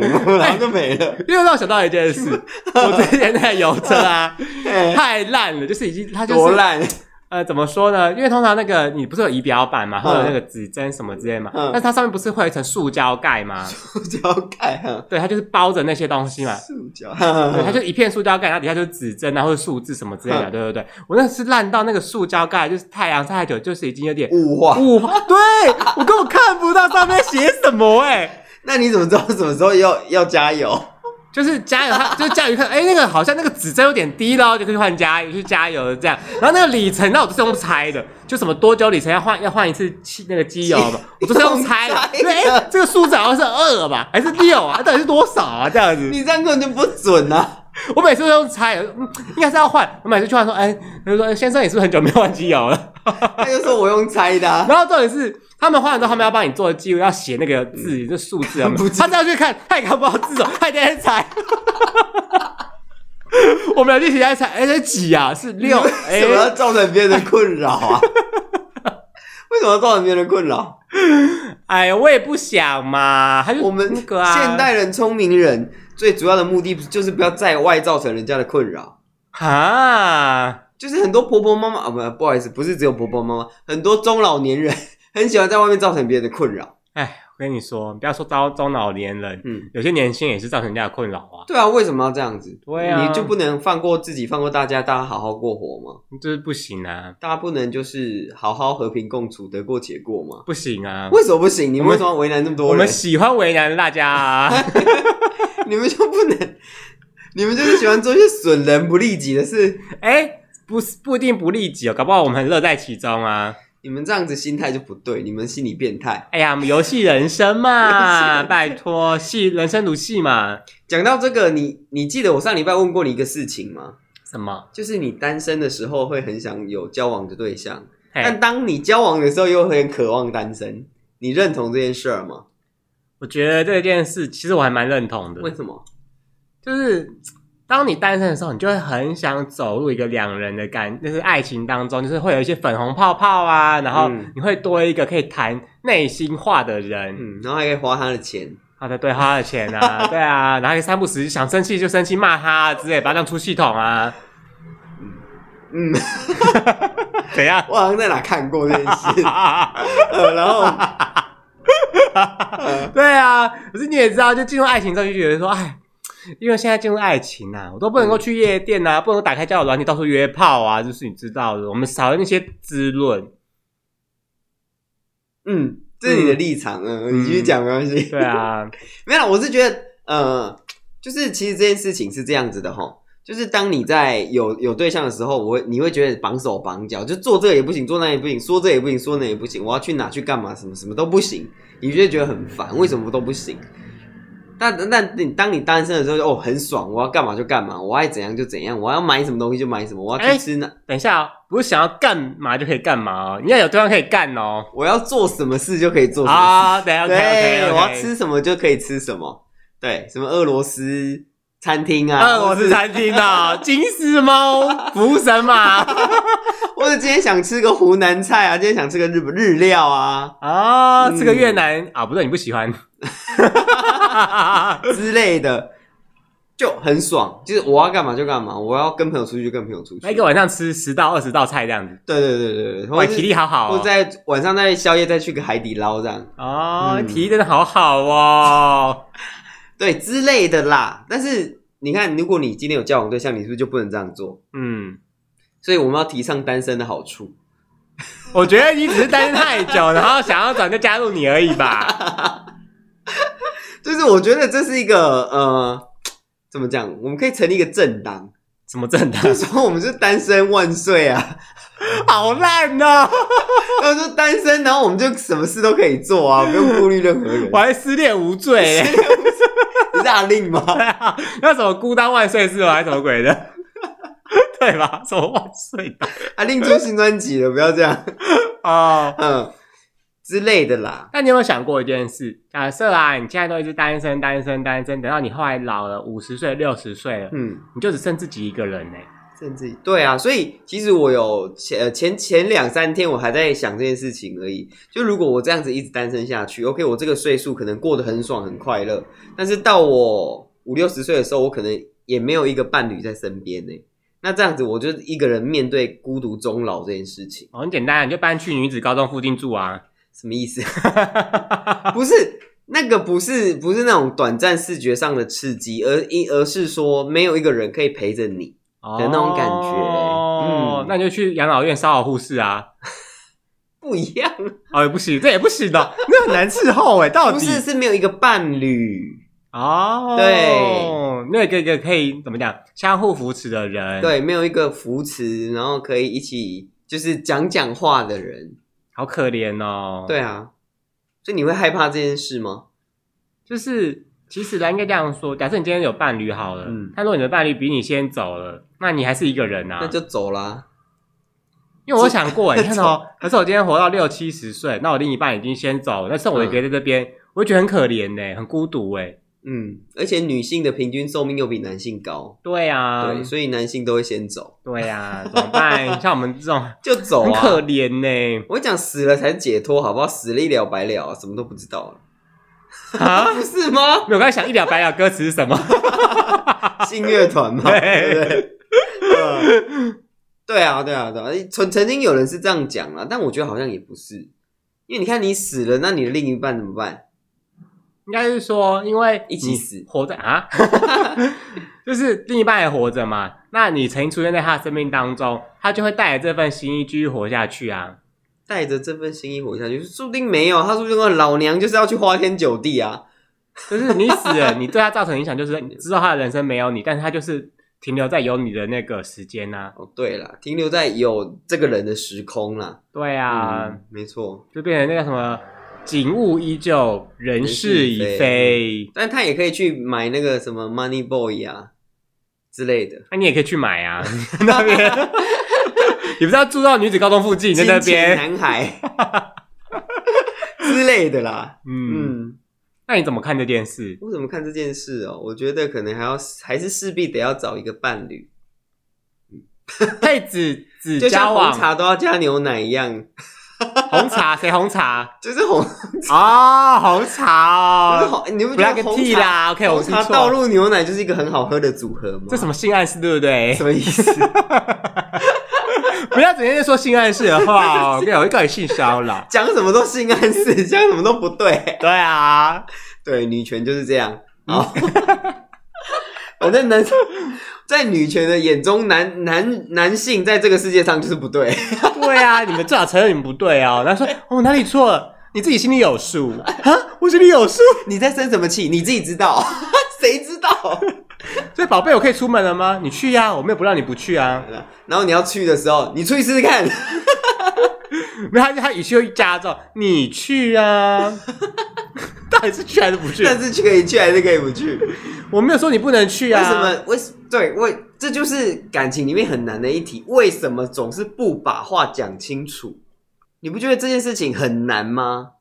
Speaker 1: 然后就没
Speaker 2: [LAUGHS]
Speaker 1: 了。
Speaker 2: 又让我想到一
Speaker 1: [LAUGHS]
Speaker 2: 件事，我之前在油车啊，
Speaker 1: 哎
Speaker 2: 太烂了，就是已经它就
Speaker 1: 多
Speaker 2: 是
Speaker 1: 烂！ [LAUGHS]
Speaker 2: 呃，怎么说呢？因为通常那个你不是有仪表板嘛，
Speaker 1: 嗯
Speaker 2: 或者那个指针什么之类嘛，
Speaker 1: 嗯
Speaker 2: 但是它上面不是会有一层塑胶
Speaker 1: [LAUGHS]
Speaker 2: 盖吗？
Speaker 1: 塑胶盖啊，
Speaker 2: 对，它就是包着那些东西嘛。
Speaker 1: 塑胶，
Speaker 2: 对，它就一片塑胶盖，然后底下就是指针啊，或者数字什么之类的，
Speaker 1: 嗯
Speaker 2: 对对对。我那是烂到那个塑胶盖，就是太阳晒太久，就是已经有点
Speaker 1: 雾化。
Speaker 2: 雾化，对我根本看不到上面写什么哎、
Speaker 1: 那你怎么知道什么时候要要加油？
Speaker 2: 就是加油，他就是加油一看，哎、那个好像那个指针有点低咯，就可以换加油，去加油这样。然后那个里程，那我都是用猜的，就什么多久里程要换要换一次汽那个机油嘛，我都是用猜的。
Speaker 1: 用猜的
Speaker 2: 对，哎、这个数字好像是二吧，还是六啊？到底是多少啊？这样子，
Speaker 1: 你这样根本就不准啊！
Speaker 2: [LAUGHS] 我每次都用猜的，嗯应该是要换。我每次去换说，哎、他就说先生，你是不是很久没有换机油了？ [LAUGHS]
Speaker 1: 他就说我用猜的、啊，
Speaker 2: 然后重点是，他们换了之后，他们要帮你做记录，要写那个字，这数字有没有
Speaker 1: [LAUGHS] 看不
Speaker 2: 他这样去看，他也看不到字哦，他也在那边猜。 [LAUGHS] 我们俩就一起在猜，哎，这几啊？是六？哎
Speaker 1: [LAUGHS] 为什，么要造成别人的困扰
Speaker 2: [LAUGHS]
Speaker 1: 啊？为什么要造成别人的困扰？
Speaker 2: 哎呀，我也不想嘛，他就
Speaker 1: 我们
Speaker 2: 那个啊，
Speaker 1: 现代人、聪明人最主要的目的就是不要在外造成人家的困扰。
Speaker 2: 啊，
Speaker 1: 就是很多婆婆妈妈啊，不，不好意思，不是只有婆婆妈妈，很多中老年人很喜欢在外面造成别人的困扰。
Speaker 2: 哎，我跟你说，不要说招中老年人，
Speaker 1: 嗯，
Speaker 2: 有些年轻人也是造成人家的困扰啊，
Speaker 1: 对啊，为什么要这样子？
Speaker 2: 对啊
Speaker 1: 你就不能放过自己，放过大家，大家好好过活吗？
Speaker 2: 就是不行啊，
Speaker 1: 大家不能就是好好和平共处，得过且过吗？
Speaker 2: 不行啊，
Speaker 1: 为什么不行？你
Speaker 2: 我
Speaker 1: 们
Speaker 2: 们
Speaker 1: 为什么要为难这么多
Speaker 2: 我们
Speaker 1: 人？
Speaker 2: 喜欢为难大家啊，
Speaker 1: [LAUGHS] 你们就不能？你们就是喜欢做一些损人不利己的事，
Speaker 2: 哎，不是不一定不利己哦，搞不好我们很乐在其中啊。
Speaker 1: 你们这样子心态就不对，你们心理变态。
Speaker 2: 哎呀，游戏人生
Speaker 1: 游戏 [LAUGHS]
Speaker 2: 嘛，
Speaker 1: 人生
Speaker 2: 拜托，戏人生如戏嘛。
Speaker 1: 讲到这个，你你记得我上礼拜问过你一个事情吗？
Speaker 2: 什么？
Speaker 1: 就是你单身的时候会很想有交往的对象，但
Speaker 2: 哎，
Speaker 1: 当你交往的时候又会很渴望单身。你认同这件事儿吗？
Speaker 2: 我觉得这件事其实我还蛮认同
Speaker 1: 为
Speaker 2: 的，
Speaker 1: 什么？
Speaker 2: 就是当你单身的时候，你就会很想走入一个两人的感，就是爱情当中，就是会有一些粉红泡泡啊，然后
Speaker 1: 嗯
Speaker 2: 你会多一个可以谈内心话的人。
Speaker 1: 嗯，然后还可以花他的钱，
Speaker 2: 好的，对，花他的
Speaker 1: [LAUGHS]
Speaker 2: 钱啊，对啊，然后可以三不时想生气就生气骂他啊之类，把他当出系统啊，
Speaker 1: 嗯，
Speaker 2: [LAUGHS] 怎样？ [LAUGHS]
Speaker 1: 我好像在哪看过这件事， [LAUGHS] 呃然后
Speaker 2: 对啊，可是你也知道，就进入爱情之后就觉得说，哎，因为现在进入爱情啊，我都不能够去夜店啊，不能够打开交友软体到处约炮啊，就是你知道的，我们少了那些滋润。
Speaker 1: 嗯，这是你的立场，嗯，你继续讲没关系。[LAUGHS]
Speaker 2: 对啊，
Speaker 1: 没有啦，我是觉得，呃，就是其实这件事情是这样子的哈，就是当你在有有对象的时候，我会你会觉得绑手绑脚，就做这个也不行，做那也不行，说这也不行，说那也不行，我要去哪去干嘛，什么什么都不行，你就会觉得很烦，为什么都不行？但但你当你单身的时候，就哦，很爽，我要干嘛就干嘛，我爱怎样就怎样，我要买什么东西就买什么，我要
Speaker 2: 哎
Speaker 1: 去吃哪，
Speaker 2: 等一下、哦，不是想要干嘛就可以干嘛哦，你要有对象可以干哦。
Speaker 1: 我要做什么事就可以做什么事。
Speaker 2: 啊，等一下，OK
Speaker 1: 对
Speaker 2: OK，,
Speaker 1: 我要吃什么就可以吃什么。对，什么俄罗斯餐厅啊，
Speaker 2: 俄罗斯嗯餐厅啊， [LAUGHS] 金丝猫、福神马
Speaker 1: 或者，或者今天想吃个湖南菜啊，今天想吃个日本日料啊
Speaker 2: [LAUGHS] 啊，这个
Speaker 1: 嗯
Speaker 2: 越南、啊，不对，你不喜 [LAUGHS] 欢。
Speaker 1: 之类的，就很爽。就是我要干嘛就干嘛，我要跟朋友出去就跟朋友出去。
Speaker 2: 那一个晚上吃十到二十道菜这样子，
Speaker 1: 对对对对对，
Speaker 2: 哇，
Speaker 1: 或者
Speaker 2: 体
Speaker 1: 是
Speaker 2: 力好好、
Speaker 1: 或
Speaker 2: 哦
Speaker 1: 者。在晚上再宵夜再去个海底捞这样，
Speaker 2: 哦，
Speaker 1: 嗯
Speaker 2: 体力真的好好哦。
Speaker 1: 对之类的啦。但是你看，如果你今天有交往对象，你是不是就不能这样做？
Speaker 2: 嗯，
Speaker 1: 所以我们要提倡单身的好处。
Speaker 2: 我觉得你只是单身太久，然后想要找人家加入你而已 [LAUGHS] 吧。
Speaker 1: 就是我觉得这是一个呃，怎么讲？我们可以成立一个政
Speaker 2: [LAUGHS]
Speaker 1: 党，
Speaker 2: 什么政党
Speaker 1: 就？说我们是单身万岁啊，
Speaker 2: 好烂哦！
Speaker 1: 然后就单身，然后我们就什么事都可以做啊，不用顾虑任何人
Speaker 2: 我。还失恋无 [LAUGHS] 罪嘞。
Speaker 1: 你是阿令吗？ [LAUGHS]
Speaker 2: 那什么孤单万岁是吗？还是什么鬼 [LAUGHS] 的？对吧？什么万岁的？
Speaker 1: 阿令出新专辑了，不要这样。 [LAUGHS]
Speaker 2: 哦，
Speaker 1: 嗯之类的啦。
Speaker 2: 那你有没有想过一件事？假设啊，你现在都一直单身、单身、单身，等到你后来老了，五十岁、六十岁了，
Speaker 1: 嗯，
Speaker 2: 你就只剩自己一个人呢、
Speaker 1: 甚至对啊，所以其实我有前呃前前两三天我还在想这件事情而已。就如果我这样子一直单身下去，OK，我这个岁数可能过得很爽很快乐，但是到我五六十岁的时候，我可能也没有一个伴侣在身边呢、那这样子，我就一个人面对孤独终老这件事情，
Speaker 2: 哦，很简单，你就搬去女子高中附近住啊。
Speaker 1: 什么意
Speaker 2: [LAUGHS]
Speaker 1: 思？不是那个，不是不是那种短暂视觉上的刺激，而一而是说没有一个人可以陪着你。
Speaker 2: 的
Speaker 1: 的那种感觉
Speaker 2: 哦
Speaker 1: 嗯，
Speaker 2: 那你就去养老院骚扰护士啊！
Speaker 1: 不一样，啊
Speaker 2: 哦，也不行，这也不行的，那很难伺候哎，到底
Speaker 1: 不是是没有一个伴侣，
Speaker 2: 哦，
Speaker 1: 对，
Speaker 2: 那个一个可以怎么讲，相互扶持的人，，
Speaker 1: 对，没有一个扶持，然后可以一起就是讲讲话的人，
Speaker 2: 好可怜哦，，
Speaker 1: 对啊，所以你会害怕这件事吗？
Speaker 2: 就是其实啦，应该这样说，假设你今天有伴侣好了，
Speaker 1: 嗯
Speaker 2: 但如果你的伴侣比你先走了，那你还是一个人啊，
Speaker 1: 那就走啦。
Speaker 2: 因为我想过哎，你看哦，可是我今天活到六七十岁，那我另一半已经先走了，那剩我一个人在这边，我会觉得很可怜呢，很孤独哎，
Speaker 1: 嗯，而且女性的平均寿命又比男性高，
Speaker 2: 对啊，
Speaker 1: 对，所以男性都会先走，
Speaker 2: 对呀、怎么
Speaker 1: [LAUGHS]
Speaker 2: 办？像我们这种
Speaker 1: 就走
Speaker 2: 很
Speaker 1: 啊。
Speaker 2: 可怜呢、
Speaker 1: 我讲死了才解脱，好不好？死了一了百了，什么都不知道了，[LAUGHS]
Speaker 2: 啊！
Speaker 1: 不是吗？
Speaker 2: 没有，我刚才想一了百了歌词是什么？
Speaker 1: 信乐团嘛，对不对？嗯对啊，对啊，对啊，曾曾经有人是这样讲啦，但我觉得好像也不是，因为你看你死了，那你的另一半怎么办？
Speaker 2: 应该是说，因为
Speaker 1: 一起死
Speaker 2: 你活着啊， [LAUGHS] 就是另一半也活着嘛。那你曾经出现在他的生命当中，他就会带着这份心意继续活下去啊。
Speaker 1: 带着这份心意活下去，说不定没有，啊他说不定老娘就是要去花天酒地啊，
Speaker 2: 就是你死了，你对他造成影响，就是你知道他的人生没有你，但是他就是停留在有你的那个时间呐、啊。
Speaker 1: 哦，对啦，停留在有这个人的时空啦。
Speaker 2: 对啊，
Speaker 1: 嗯，没错。
Speaker 2: 就变成那个什么景物依旧，人事已
Speaker 1: 人事已
Speaker 2: 非。
Speaker 1: 但他也可以去买那个什么 Money Boy 啊之类的，
Speaker 2: 那、你也可以去买
Speaker 1: [LAUGHS]
Speaker 2: 啊，那边。 [LAUGHS] 你不是要住到女子高中附近，你在那
Speaker 1: 金钱
Speaker 2: 边，
Speaker 1: 男
Speaker 2: [LAUGHS]
Speaker 1: 孩之类的啦。
Speaker 2: 嗯，
Speaker 1: 嗯，
Speaker 2: 那你怎么看这件事？
Speaker 1: 我怎么看这件事哦？我觉得可能还要还是势必得要找一个伴侣，
Speaker 2: 配子子
Speaker 1: 就
Speaker 2: 交
Speaker 1: 像红
Speaker 2: 往，
Speaker 1: 茶都要加牛奶一样，
Speaker 2: 红茶谁红
Speaker 1: [LAUGHS]
Speaker 2: 茶？
Speaker 1: 就是红，
Speaker 2: 哦，红茶
Speaker 1: 就是
Speaker 2: 哦，
Speaker 1: [LAUGHS] 红，你不
Speaker 2: 不
Speaker 1: 觉
Speaker 2: 要
Speaker 1: 得
Speaker 2: 个
Speaker 1: 红
Speaker 2: T
Speaker 1: 茶
Speaker 2: 啦，OK，我
Speaker 1: 红
Speaker 2: 记
Speaker 1: 茶
Speaker 2: 错
Speaker 1: 倒
Speaker 2: 了，
Speaker 1: 入牛奶就是一个很好喝的组合吗？
Speaker 2: 这什么性暗示对不对
Speaker 1: 什？么意思？ [LAUGHS]
Speaker 2: 不要整天就说性暗示的话，
Speaker 1: [LAUGHS]
Speaker 2: 我跟你讲，我会告你性骚扰。
Speaker 1: 讲什么都性暗示， [LAUGHS] 讲什么都不对。
Speaker 2: 对啊，
Speaker 1: 对，女权就是这样。
Speaker 2: 嗯
Speaker 1: 好，反正男 [LAUGHS] 在女权的眼中，男男男性在这个世界上就是不对。
Speaker 2: 对啊，你们最好承认你们不对哦。然后说哦哪里错了，你自己心里有数啊，我心里有数。
Speaker 1: [LAUGHS] 你在生什么气？你自己知道， [LAUGHS] 谁知道？
Speaker 2: 所以宝贝，我可以出门了吗？你去呀、我们也不让你不去啊。
Speaker 1: 然后你要去的时候，你出去试试看。
Speaker 2: 没有，他他语气又加重，你去啊。 [LAUGHS] 到底是去还是不
Speaker 1: [LAUGHS]
Speaker 2: 去？
Speaker 1: 但是去可以去还是可以不去？为
Speaker 2: 我没有说你不能去啊。
Speaker 1: 什么？为什对为这就是感情里面很难的一题。为什么总是不把话讲清楚？你不觉得这件事情很难吗？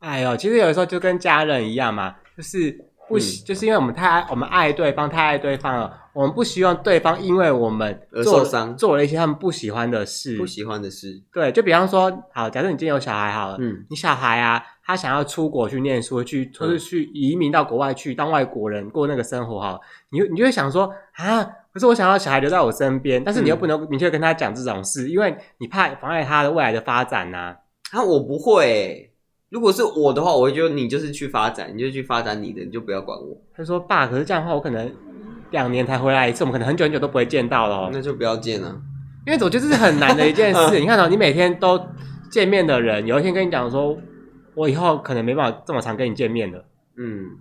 Speaker 2: 哎呦，其实有的时候就跟家人一样嘛，就是
Speaker 1: 嗯
Speaker 2: 不希，就是因为我们太爱，我们爱对方，太爱对方了，我们不希望对方因为我们
Speaker 1: 而受
Speaker 2: 做
Speaker 1: 伤
Speaker 2: 做了一些他们不喜欢的事
Speaker 1: 不。喜欢的事，
Speaker 2: 对，就比方说，好，假设你今天有小孩好了，
Speaker 1: 嗯，
Speaker 2: 你小孩啊，他想要出国去念书，去或是去移民到国外去当外国人过那个生活哈，你就你就会想说啊，可是我想要小孩留在我身边，但是你
Speaker 1: 嗯
Speaker 2: 又不能明确跟他讲这种事，因为你怕妨碍他的未来的发展呐、
Speaker 1: 啊，我不会欸、如果是我的话，我会觉得你就是去发展，你就去发展你的，你就不要管我，
Speaker 2: 他说爸，可是这样的话，我可能两年才回来一次，我们可能很久很久都不会见到了哦，
Speaker 1: 那就不要见啊了。
Speaker 2: 因为我觉得这是很难的一件事。你看到、哦、你每天都见面的人，有一天跟你讲说，我以后可能没办法这么常跟你见面了。
Speaker 1: 嗯，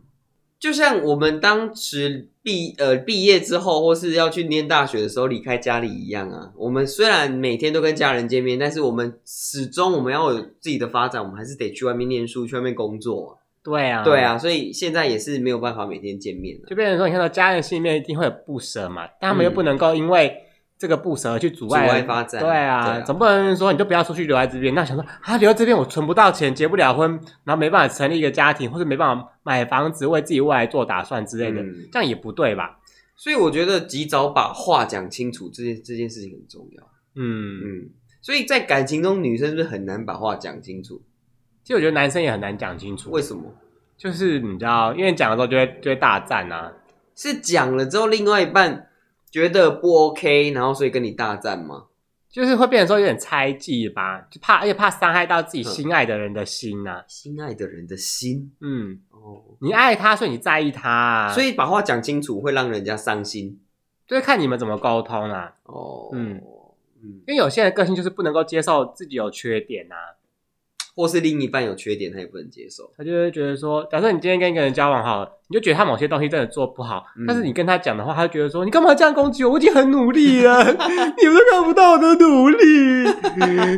Speaker 1: 就像我们当时毕呃毕业之后，或是要去念大学的时候离开家里一样啊。我们虽然每天都跟家人见面，但是我们始终我们要有自己的发展，我们还是得去外面念书，去外面工作、
Speaker 2: 对啊，
Speaker 1: 啊。对，啊，所以现在也是没有办法每天见面了、
Speaker 2: 就变成说，你看到家人心里面一定会有不舍嘛，但他们
Speaker 1: 嗯
Speaker 2: 又不能够因为这个不舍去阻
Speaker 1: 阻
Speaker 2: 碍
Speaker 1: 碍发展，
Speaker 2: 对啊，
Speaker 1: 对
Speaker 2: 总不能说你就不要出去留在这边。那想说啊，留在这边我存不到钱，结不了婚，然后没办法成立一个家庭，或者没办法买房子，为自己未来做打算之类的，
Speaker 1: 嗯
Speaker 2: 这样也不对吧？
Speaker 1: 所以我觉得及早把话讲清楚这件这件事情很重要。
Speaker 2: 嗯，
Speaker 1: 嗯，所以在感情中，女生是不是很难把话讲清楚？
Speaker 2: 其实我觉得男生也很难讲清楚
Speaker 1: 为，什么？
Speaker 2: 就是你知道，因为讲的时候就会就会大战啊。
Speaker 1: 是讲了之后，另外一半觉得不 OK，然后所以跟你大战吗？
Speaker 2: 就是会变成说有点猜忌吧，就怕，而且怕伤害到自己心爱的人的心呐、啊。
Speaker 1: 心爱的人的心
Speaker 2: 嗯，
Speaker 1: 哦，
Speaker 2: 你爱他，所以你在意他、啊，
Speaker 1: 所
Speaker 2: 以
Speaker 1: 以把话讲清楚会让人家伤心
Speaker 2: 就是看你们怎么沟通啊。
Speaker 1: 哦。
Speaker 2: 嗯
Speaker 1: 嗯，
Speaker 2: 因为有些人个性就是不能够接受自己有缺点呐、啊，
Speaker 1: 或是另一半有缺点，他也不能接受。
Speaker 2: 他就会觉得说，假设你今天跟一个人交往好了，你就觉得他某些东西真的做不好，
Speaker 1: 嗯
Speaker 2: 但是你跟他讲的话，他就觉得说，你干嘛这样攻击我？我已经很努力了， [LAUGHS] 你们都看不到我的努力，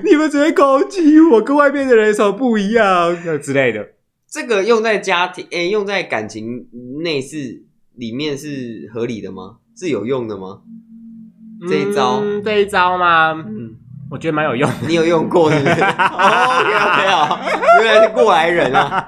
Speaker 2: [LAUGHS] 你们只会攻击我，跟外面的人有什么不一样呃之类的。
Speaker 1: 这个用在家庭，诶、用在感情内是里面是合理的吗？是有用的吗？这一招
Speaker 2: 嗯这一招吗？
Speaker 1: 嗯，
Speaker 2: 我觉得蛮有用的。
Speaker 1: 你有用过是不是
Speaker 2: [LAUGHS]
Speaker 1: ？OK OK 哦，原来是过来人啊。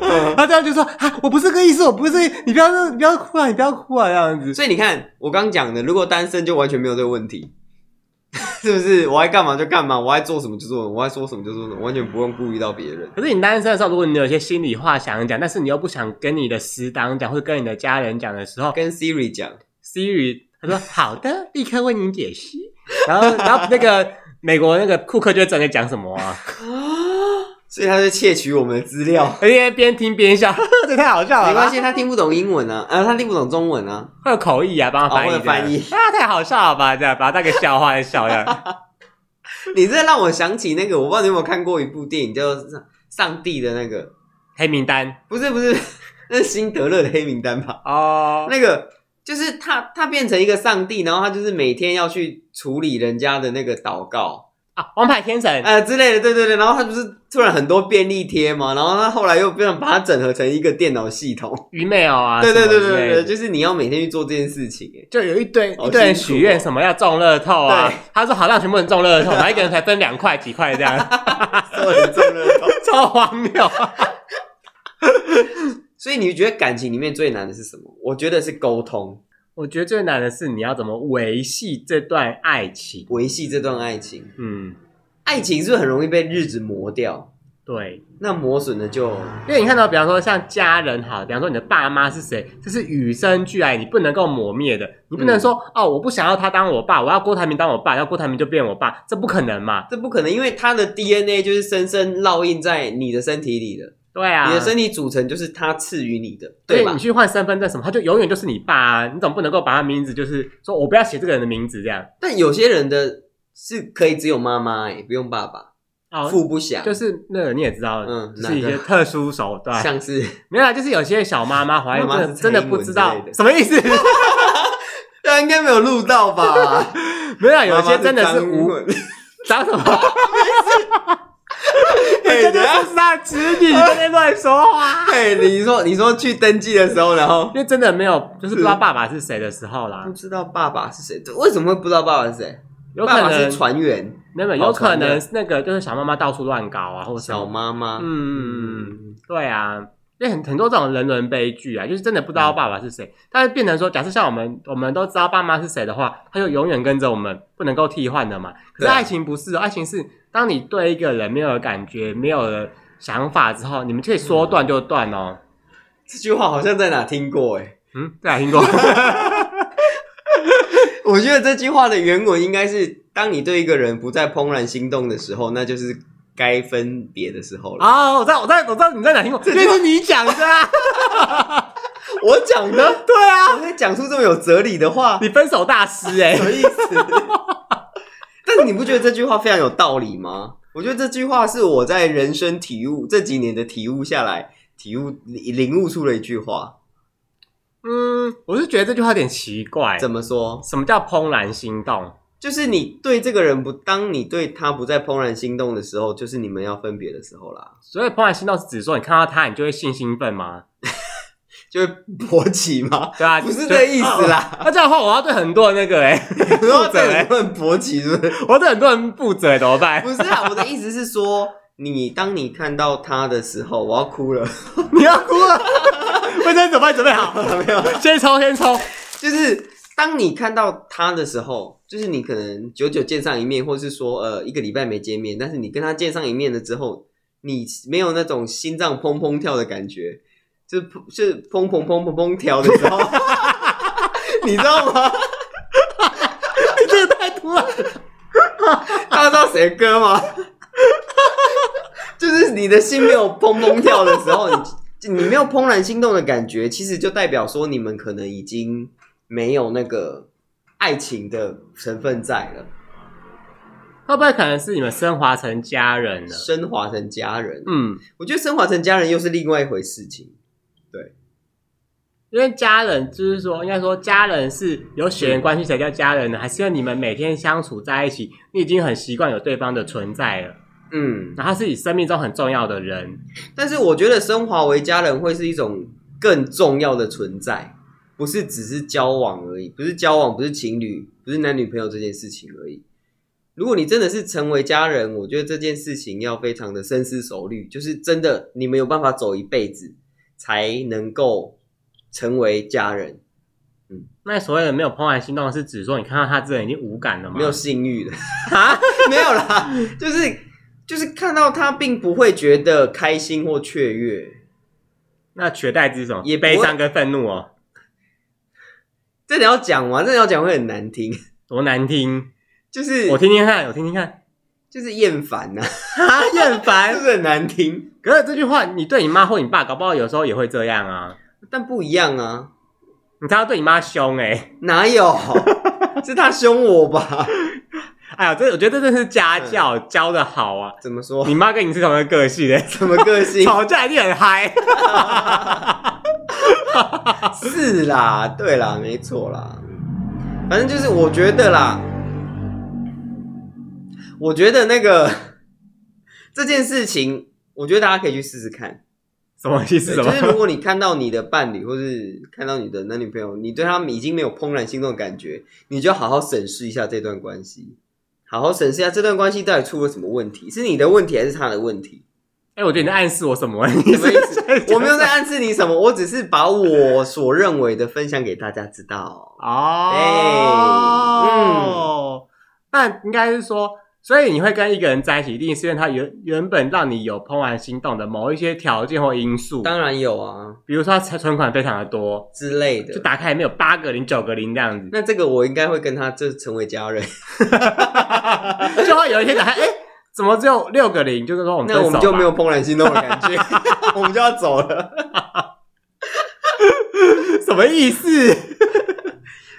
Speaker 1: 嗯
Speaker 2: [LAUGHS] 他这样就说啊，我不是个意思，我不是，你不要，你不要哭啊，你不要哭啊，这样子。
Speaker 1: 所以你看，我刚讲的，如果单身就完全没有这个问题， [LAUGHS] 是不是？我爱干嘛就干嘛，我爱做什么就做什么，我爱说什么就说什么，完全不用顾虑到别人。
Speaker 2: 可是你单身的时候，如果你有一些心里话想讲，但是你又不想跟你的死党讲，或者跟你的家人讲的时候
Speaker 1: 跟 Siri 讲，
Speaker 2: ，Siri 他说好的，立刻为您解析。 [LAUGHS] 然后，然后那个美国那个库克就会知道你在讲什么
Speaker 1: [LAUGHS]
Speaker 2: 啊，
Speaker 1: 所以他就窃取我们的资料。
Speaker 2: 而且边听边笑， [LAUGHS] 呵呵这太好笑了。
Speaker 1: 没关系，，他听不懂英文啊，啊，他听不懂中文啊。
Speaker 2: 会有口译啊，帮他翻
Speaker 1: 哦
Speaker 2: 译这
Speaker 1: 会
Speaker 2: 样、
Speaker 1: 有翻译
Speaker 2: [LAUGHS] 啊，太好笑了吧？这样把它当个笑话在笑这样。
Speaker 1: [LAUGHS] 你这让我想起那个，我不知道你有没有看过一部电影叫《上帝的那个》，
Speaker 2: 黑名单
Speaker 1: 不是不是， [LAUGHS] 那是辛德勒的黑名单吧？
Speaker 2: 哦，
Speaker 1: 那个就是他，他变成一个上帝，然后他就是每天要去处理人家的那个祷告，
Speaker 2: 啊，王牌天神，
Speaker 1: 呃之类的，对对对。然后他不是突然很多便利贴嘛，然后他后来又变成把它整合成一个电脑系统，
Speaker 2: 愚昧哦啊，
Speaker 1: 对对对
Speaker 2: 什
Speaker 1: 对
Speaker 2: 么之类
Speaker 1: 对
Speaker 2: 的
Speaker 1: 对，就是你要每天去做这件事情， [LAUGHS] 哎，
Speaker 2: 就有一堆
Speaker 1: 好
Speaker 2: 一堆人
Speaker 1: 辛苦
Speaker 2: 许愿
Speaker 1: 哦
Speaker 2: 什么要中乐透啊
Speaker 1: 对，
Speaker 2: 他说好让全部人中
Speaker 1: [LAUGHS]
Speaker 2: 乐透，然后一个人才分两块几块这样，
Speaker 1: 所有人中了头。
Speaker 2: 超荒谬。 [LAUGHS]
Speaker 1: 所以你觉得感情里面最难的是什么？我觉得是沟通，
Speaker 2: 我觉得最难的是你要怎么维系这段爱情。
Speaker 1: 维系这段爱情。
Speaker 2: 嗯，
Speaker 1: 爱情是不是很容易被日子磨掉？
Speaker 2: 对，
Speaker 1: 那磨损的就
Speaker 2: 因为你看到，比方说像家人好，比方说你的爸妈是谁，这是与生俱来，你不能够磨灭的。你不能
Speaker 1: 嗯
Speaker 2: 说、哦，我不想要他当我爸，我要郭台铭当我爸，要郭台铭就变我爸，这不可能嘛？
Speaker 1: 这不可能，因为他的 DNA 就是深深烙印在你的身体里的。
Speaker 2: 对啊，
Speaker 1: 你的身体组成就是他赐予你的，
Speaker 2: 对
Speaker 1: 对吧
Speaker 2: 你？去换身份证什么，他就永远就是你爸啊！你总不能够把他名字就是说我不要写这个人的名字这样
Speaker 1: 但有些人的是可以只有妈妈哎、不用爸爸，
Speaker 2: 哦，
Speaker 1: 父不详，
Speaker 2: 就是那个你也知道，
Speaker 1: 嗯
Speaker 2: 就是一
Speaker 1: 哪
Speaker 2: 些
Speaker 1: 个
Speaker 2: 特殊手段。
Speaker 1: 像
Speaker 2: [LAUGHS]
Speaker 1: 是
Speaker 2: 没有啦，啊就是有些小妈妈怀孕
Speaker 1: 妈妈
Speaker 2: 真
Speaker 1: 是
Speaker 2: 的真的
Speaker 1: 蔡英
Speaker 2: 不
Speaker 1: 文
Speaker 2: 知道
Speaker 1: 之类的
Speaker 2: 什么意思，
Speaker 1: 应该没有录到 [LAUGHS] 吧？
Speaker 2: 没有啦，啊有些真的是无
Speaker 1: 妈妈是
Speaker 2: 长什么，
Speaker 1: 张
Speaker 2: [LAUGHS] 真
Speaker 1: 文
Speaker 2: 的不知道侄女 [LAUGHS] 你在那边乱说话，
Speaker 1: 嘿，等一下嘿，你说你说去登记的时候，然后
Speaker 2: 因为真的没有就是不知道爸爸是谁的时候啦
Speaker 1: 不，知道爸爸是谁，为什么会不知道爸爸是谁？
Speaker 2: 有可
Speaker 1: 爸爸
Speaker 2: 能
Speaker 1: 是船员，
Speaker 2: 没有没有有可能那个就是小妈妈到处乱搞啊，或者什
Speaker 1: 小
Speaker 2: 么
Speaker 1: 妈妈，
Speaker 2: 嗯嗯嗯。嗯，对啊，因为很很多这种人伦悲剧啊，就是真的不知道爸爸是谁，但是变成说，假设像我们我们都知道爸妈是谁的话，他就永远跟着我们，不能够替换的嘛。可
Speaker 1: 对
Speaker 2: 是
Speaker 1: 啊
Speaker 2: 爱情不是、哦，爱情是当你对一个人没有了感觉、没有了想法之后，你们可以说断就断哦。
Speaker 1: 这句话好像在哪听过哎、
Speaker 2: 嗯，对啊，听 [LAUGHS] 过。
Speaker 1: 我觉得这句话的原文应该是：当你对一个人不再怦然心动的时候，那就是该分别的时候了。
Speaker 2: 啊、我知道，我知道，我知道你在哪听过，因为是你讲的啊。
Speaker 1: 我讲的，
Speaker 2: [LAUGHS] 对啊，
Speaker 1: 我在讲出这么有哲理的
Speaker 2: [LAUGHS]
Speaker 1: 话，
Speaker 2: 你分手大师哎、
Speaker 1: 什么意思？但是你不觉得这句话非常有道理吗？我觉得这句话是我在人生体悟这几年的体悟下来，体悟领悟出了一句话。
Speaker 2: [LAUGHS] 嗯，我是觉得这句话有点奇怪。
Speaker 1: 怎么说？
Speaker 2: 什么叫怦然心动？
Speaker 1: 就是你对这个人不，当你对他不再怦然心动的时候，就是你们要分别的时候啦。
Speaker 2: 所以怦然心动是指说你看到他，你就会性兴奋吗？
Speaker 1: 就会勃起吗？
Speaker 2: 对啊，
Speaker 1: 不是
Speaker 2: 就 [LAUGHS] 啊
Speaker 1: 这意思啦。
Speaker 2: 那、这样的话，我要对很多人那个哎、
Speaker 1: 你 [LAUGHS] 说
Speaker 2: 负责
Speaker 1: 对
Speaker 2: 欸 [LAUGHS]
Speaker 1: 很多人勃起是不 [LAUGHS] 是？
Speaker 2: 我要对很多人负责、欸、怎么办？
Speaker 1: 不是啊，我的意思是说，你当你看到他的时候，我要哭 [LAUGHS] 了。
Speaker 2: 你要哭啊 [LAUGHS] 了，卫生纸帮你准备好，
Speaker 1: 没有，
Speaker 2: 先抽先 [LAUGHS] 抽。
Speaker 1: 就是当你看到他的时候，就是你可能久久见上一面，或是说呃一个礼拜没见面，但是你跟他见上一面了之后，你没有那种心脏砰砰跳的感觉，就是砰就是砰砰砰砰砰跳的时候，你知道吗？
Speaker 2: 你这个太突然了，
Speaker 1: 大家知道谁的歌吗？就是你的心没有砰砰跳的时候，你你没有怦然心动的感觉，其实就代表说你们可能已经没有那个爱情的成分在了，
Speaker 2: 会不会可能是你们升华成家人了？
Speaker 1: 升华成家人。
Speaker 2: 嗯，
Speaker 1: 我觉得升华成家人又是另外一回事情。
Speaker 2: 因为家人就是说，应该说家人是有血缘关系才叫家人呢，还是因为你们每天相处在一起，你已经很习惯有对方的存在了，
Speaker 1: 嗯，
Speaker 2: 然后他是你生命中很重要的人。
Speaker 1: 但是我觉得升华为家人会是一种更重要的存在，不是只是交往而已，不是交往，不是情侣，不是男女朋友这件事情而已。如果你真的是成为家人，我觉得这件事情要非常的深思熟虑，就是真的你们有办法走一辈子才能够成为家人，
Speaker 2: 那所谓的没有怦然心动，是指说你看到他这人已经无感了吗？
Speaker 1: 没有性欲 [LAUGHS] 的，
Speaker 2: 啊，
Speaker 1: 没有啦，就是就是看到他并不会觉得开心或雀跃，
Speaker 2: 那取代之是什么？
Speaker 1: 也不会
Speaker 2: 悲伤跟愤怒哦，
Speaker 1: 这你要讲完，这你要讲会很难听，
Speaker 2: 多难听！
Speaker 1: 就是
Speaker 2: 我听听看，我听听看。
Speaker 1: 就是厌烦
Speaker 2: [LAUGHS]
Speaker 1: 呐，
Speaker 2: 啊，厌
Speaker 1: [LAUGHS] 是
Speaker 2: 烦。
Speaker 1: 不是很难听？
Speaker 2: 可是这句话，你对你妈或你爸，搞不好有时候也会这样啊。
Speaker 1: 但不一样啊，
Speaker 2: 你才要对你妈凶哎、
Speaker 1: 哪
Speaker 2: [LAUGHS]
Speaker 1: 有？是他凶我吧？
Speaker 2: 哎呀，这我觉得这真是家教、
Speaker 1: 嗯
Speaker 2: 教的好啊！
Speaker 1: 怎么说？
Speaker 2: 你妈跟你是同一个个性的、哎
Speaker 1: 什么个
Speaker 2: [LAUGHS]
Speaker 1: 性？
Speaker 2: 吵架一定很嗨。
Speaker 1: 是啦，对啦，没错啦。反正就是我觉得啦，我觉得那个这件事情，我觉得大家可以去试试看。
Speaker 2: 什么意思？
Speaker 1: 对
Speaker 2: 什么
Speaker 1: 就？是如果你看到你的伴侣，或是看到你的男女朋友，你对他们已经没有怦然心动的感觉，你就好好审视一下这段关系，好好审视一下这段关系到底出了什么问题，是你的问题还是他的问
Speaker 2: [LAUGHS]
Speaker 1: 题？
Speaker 2: 哎、我觉得你在暗示我什么？你
Speaker 1: 什么意思
Speaker 2: 思
Speaker 1: 我没有在暗示你什么，我只是把我所认为的分享给大家知道。
Speaker 2: 哦，嗯，那应该是说，所以你会跟一个人在一起，一定是因为他原原本让你有怦然心动的某一些条件或因素，
Speaker 1: 当然有啊
Speaker 2: 比如说他存款非常的多，
Speaker 1: 之类
Speaker 2: 就
Speaker 1: 的。
Speaker 2: 打开里面有八个零、九个零这样子，
Speaker 1: 那这个我应该会跟他就成为家人，
Speaker 2: 哦就会有一天打开，哎、怎么只有六个零？就是说我
Speaker 1: [LAUGHS]
Speaker 2: 们
Speaker 1: 那我们
Speaker 2: 分手
Speaker 1: 就
Speaker 2: 吧
Speaker 1: 没有怦然心动的
Speaker 2: [LAUGHS]
Speaker 1: 感觉， [LAUGHS] 我们就要走了。
Speaker 2: 什么意思？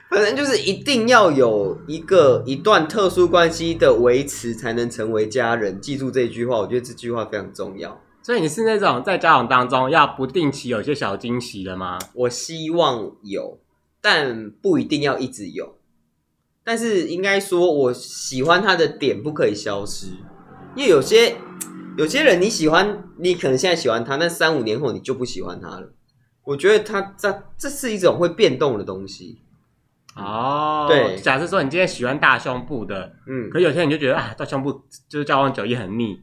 Speaker 1: 反正就是一定要有一个一段特殊关系的维持，才能成为家人。记住这句话，我觉得这句话非常重要。
Speaker 2: 所以你是那种在交往当中要不定期有一些小惊喜的吗？
Speaker 1: 我希望有，但不一定要一直有。但是应该说，我喜欢他的点不可以消失，因为有些有些人你喜欢，你可能现在喜欢他，但三五年后你就不喜欢他了。我觉得他这这是一种会变动的东西。
Speaker 2: 哦，
Speaker 1: 对
Speaker 2: 假设说你今天喜欢大胸部的，
Speaker 1: 嗯，
Speaker 2: 可有些人就觉得啊，大胸部就是交往久也很腻，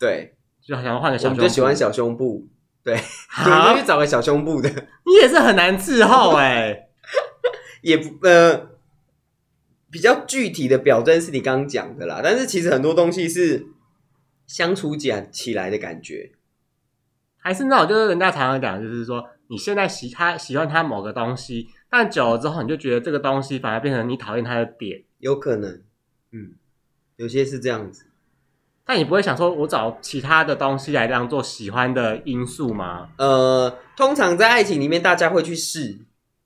Speaker 1: 对，
Speaker 2: 就想要换个
Speaker 1: 我
Speaker 2: 小胸
Speaker 1: 们
Speaker 2: 部。
Speaker 1: 就喜欢
Speaker 2: [LAUGHS]
Speaker 1: 小胸部，对，我们
Speaker 2: 啊
Speaker 1: 就去找个小胸部的。
Speaker 2: 你也是很难伺候哎、
Speaker 1: 也不呃比较具体的表征是你刚刚讲的啦，但是其实很多东西是相处起来起来的感觉，
Speaker 2: 还是那种就是人家常常讲，就是说你现在喜他喜欢他某个东西，但久了之后你就觉得这个东西反而变成你讨厌他的点，
Speaker 1: 有可能，嗯，有些是这样子，
Speaker 2: 但你不会想说我找其他的东西来当做喜欢的因素吗？
Speaker 1: 呃，通常在爱情里面大家会去试，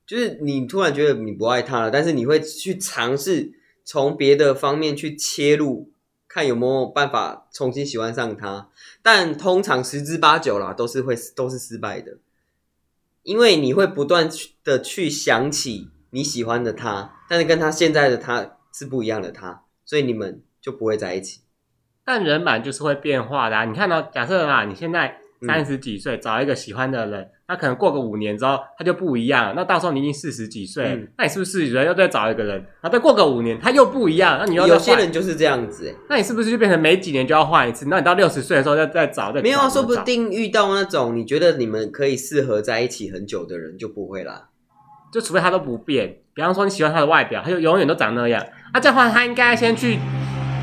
Speaker 1: 就是你突然觉得你不爱他了，但是你会去尝试从别的方面去切入。看有没有办法重新喜欢上他，但通常十之八九啦，都是会都是失败的。因为你会不断的去想起你喜欢的他，但是跟他现在的他是不一样的他，所以你们就不会在一起。
Speaker 2: 但人本来就是会变化的、啊，你看到、假设啊，你现在
Speaker 1: 嗯
Speaker 2: 三十几岁找一个喜欢的人，那可能过个五年之后他就不一样了。那到时候你已经四十几岁，
Speaker 1: 嗯
Speaker 2: 那你是不是四十几岁又再找一个人，然后再过个五年他又不一样，那你又
Speaker 1: 有
Speaker 2: 要
Speaker 1: 些
Speaker 2: 换，
Speaker 1: 人就是这样子、欸，
Speaker 2: 那你是不是就变成每几年就要换一次？那你到六十岁的时候再再找，再
Speaker 1: 没有啊，
Speaker 2: 找
Speaker 1: 说不
Speaker 2: 再找
Speaker 1: 定遇到那种你觉得你们可以适合在一起很久的人就不会啦。
Speaker 2: 就除非他都不变。比方说你喜欢他的外表，他就永远都长那样。那、这样的话，他应该先去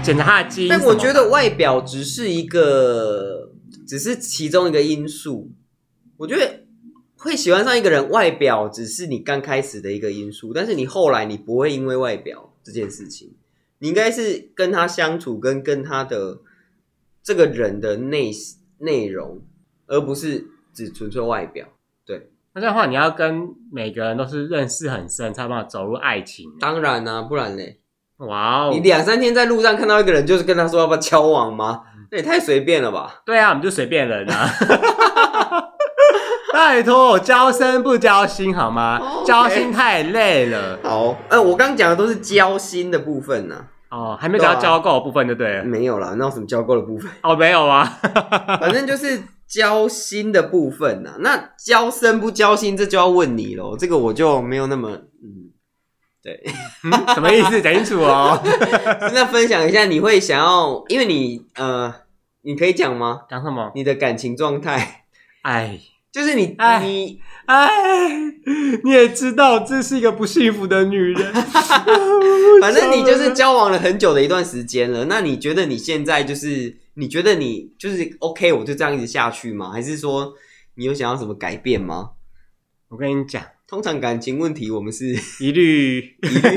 Speaker 2: 检查他的基因什么啊
Speaker 1: 但
Speaker 2: 的。
Speaker 1: 我觉得外表只是一个，只是其中一个因素。我觉得会喜欢上一个人，外表只是你刚开始的一个因素，但是你后来你不会因为外表这件事情，你应该是跟他相处，跟跟他的这个人的内内容，而不是只纯粹外表。
Speaker 2: 那这样的话，你要跟每个人都是认识很深，才有办法走入爱情。
Speaker 1: 当然啦、不然嘞。
Speaker 2: 哇哦
Speaker 1: 你！两三天在路上看到一个人，就是跟他说要不要交往吗？
Speaker 2: 嗯
Speaker 1: 那也太随便了吧！
Speaker 2: 对啊，我们就随便人啊。 [LAUGHS] 拜托，交身不交心好吗？
Speaker 1: OK
Speaker 2: 交心太累了。
Speaker 1: 好，呃，我刚讲的都是交心的部分呐、
Speaker 2: 哦，还没讲到
Speaker 1: 对啊
Speaker 2: 交够的部分就对了。
Speaker 1: 没有啦，那有什么交够的部
Speaker 2: [LAUGHS]
Speaker 1: 分？
Speaker 2: 哦，没有啊。
Speaker 1: 反正就是交心的部分呐、那交身不交心，这就要问你喽。这个我就没有那么，嗯，对。 [LAUGHS]
Speaker 2: 嗯 [LAUGHS] 什么意思？讲清楚 [LAUGHS] 哦。
Speaker 1: 那分享一下，你会想要，因为你呃，你可以讲吗？
Speaker 2: 讲什么？
Speaker 1: 你的感情状态，
Speaker 2: 哎
Speaker 1: 就是你
Speaker 2: 哎
Speaker 1: 你
Speaker 2: 哎，你也知道，这是一个不幸福的女人。 [LAUGHS]
Speaker 1: 反正你就是交往了很久的一段时间了，那你觉得你现在就是你觉得你就是 OK，我就这样一直下去吗？还是说你有想要什么改变吗？
Speaker 2: 我跟你讲，
Speaker 1: 通常感情问题我们是 [LAUGHS]
Speaker 2: 一律
Speaker 1: 一律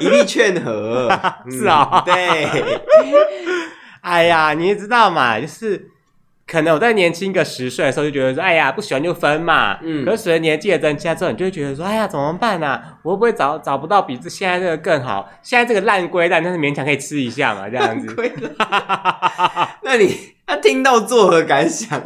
Speaker 1: 一律劝
Speaker 2: [LAUGHS]
Speaker 1: 和，嗯
Speaker 2: 是啊
Speaker 1: 对，
Speaker 2: 哎呀，你也知道嘛，就是可能我在年轻个十岁的时候就觉得说，哎呀，不喜欢就分嘛。
Speaker 1: 嗯
Speaker 2: 可是随着年纪的增加之后，你就会觉得说，哎呀，怎么办啊？我会不会找找不到比这现在这个更好？现在这个烂龟蛋，但是勉强可以吃一下嘛，这
Speaker 1: [LAUGHS]
Speaker 2: 样 [LAUGHS] 子。
Speaker 1: 亏了。 [LAUGHS] 那你他听到作何感想？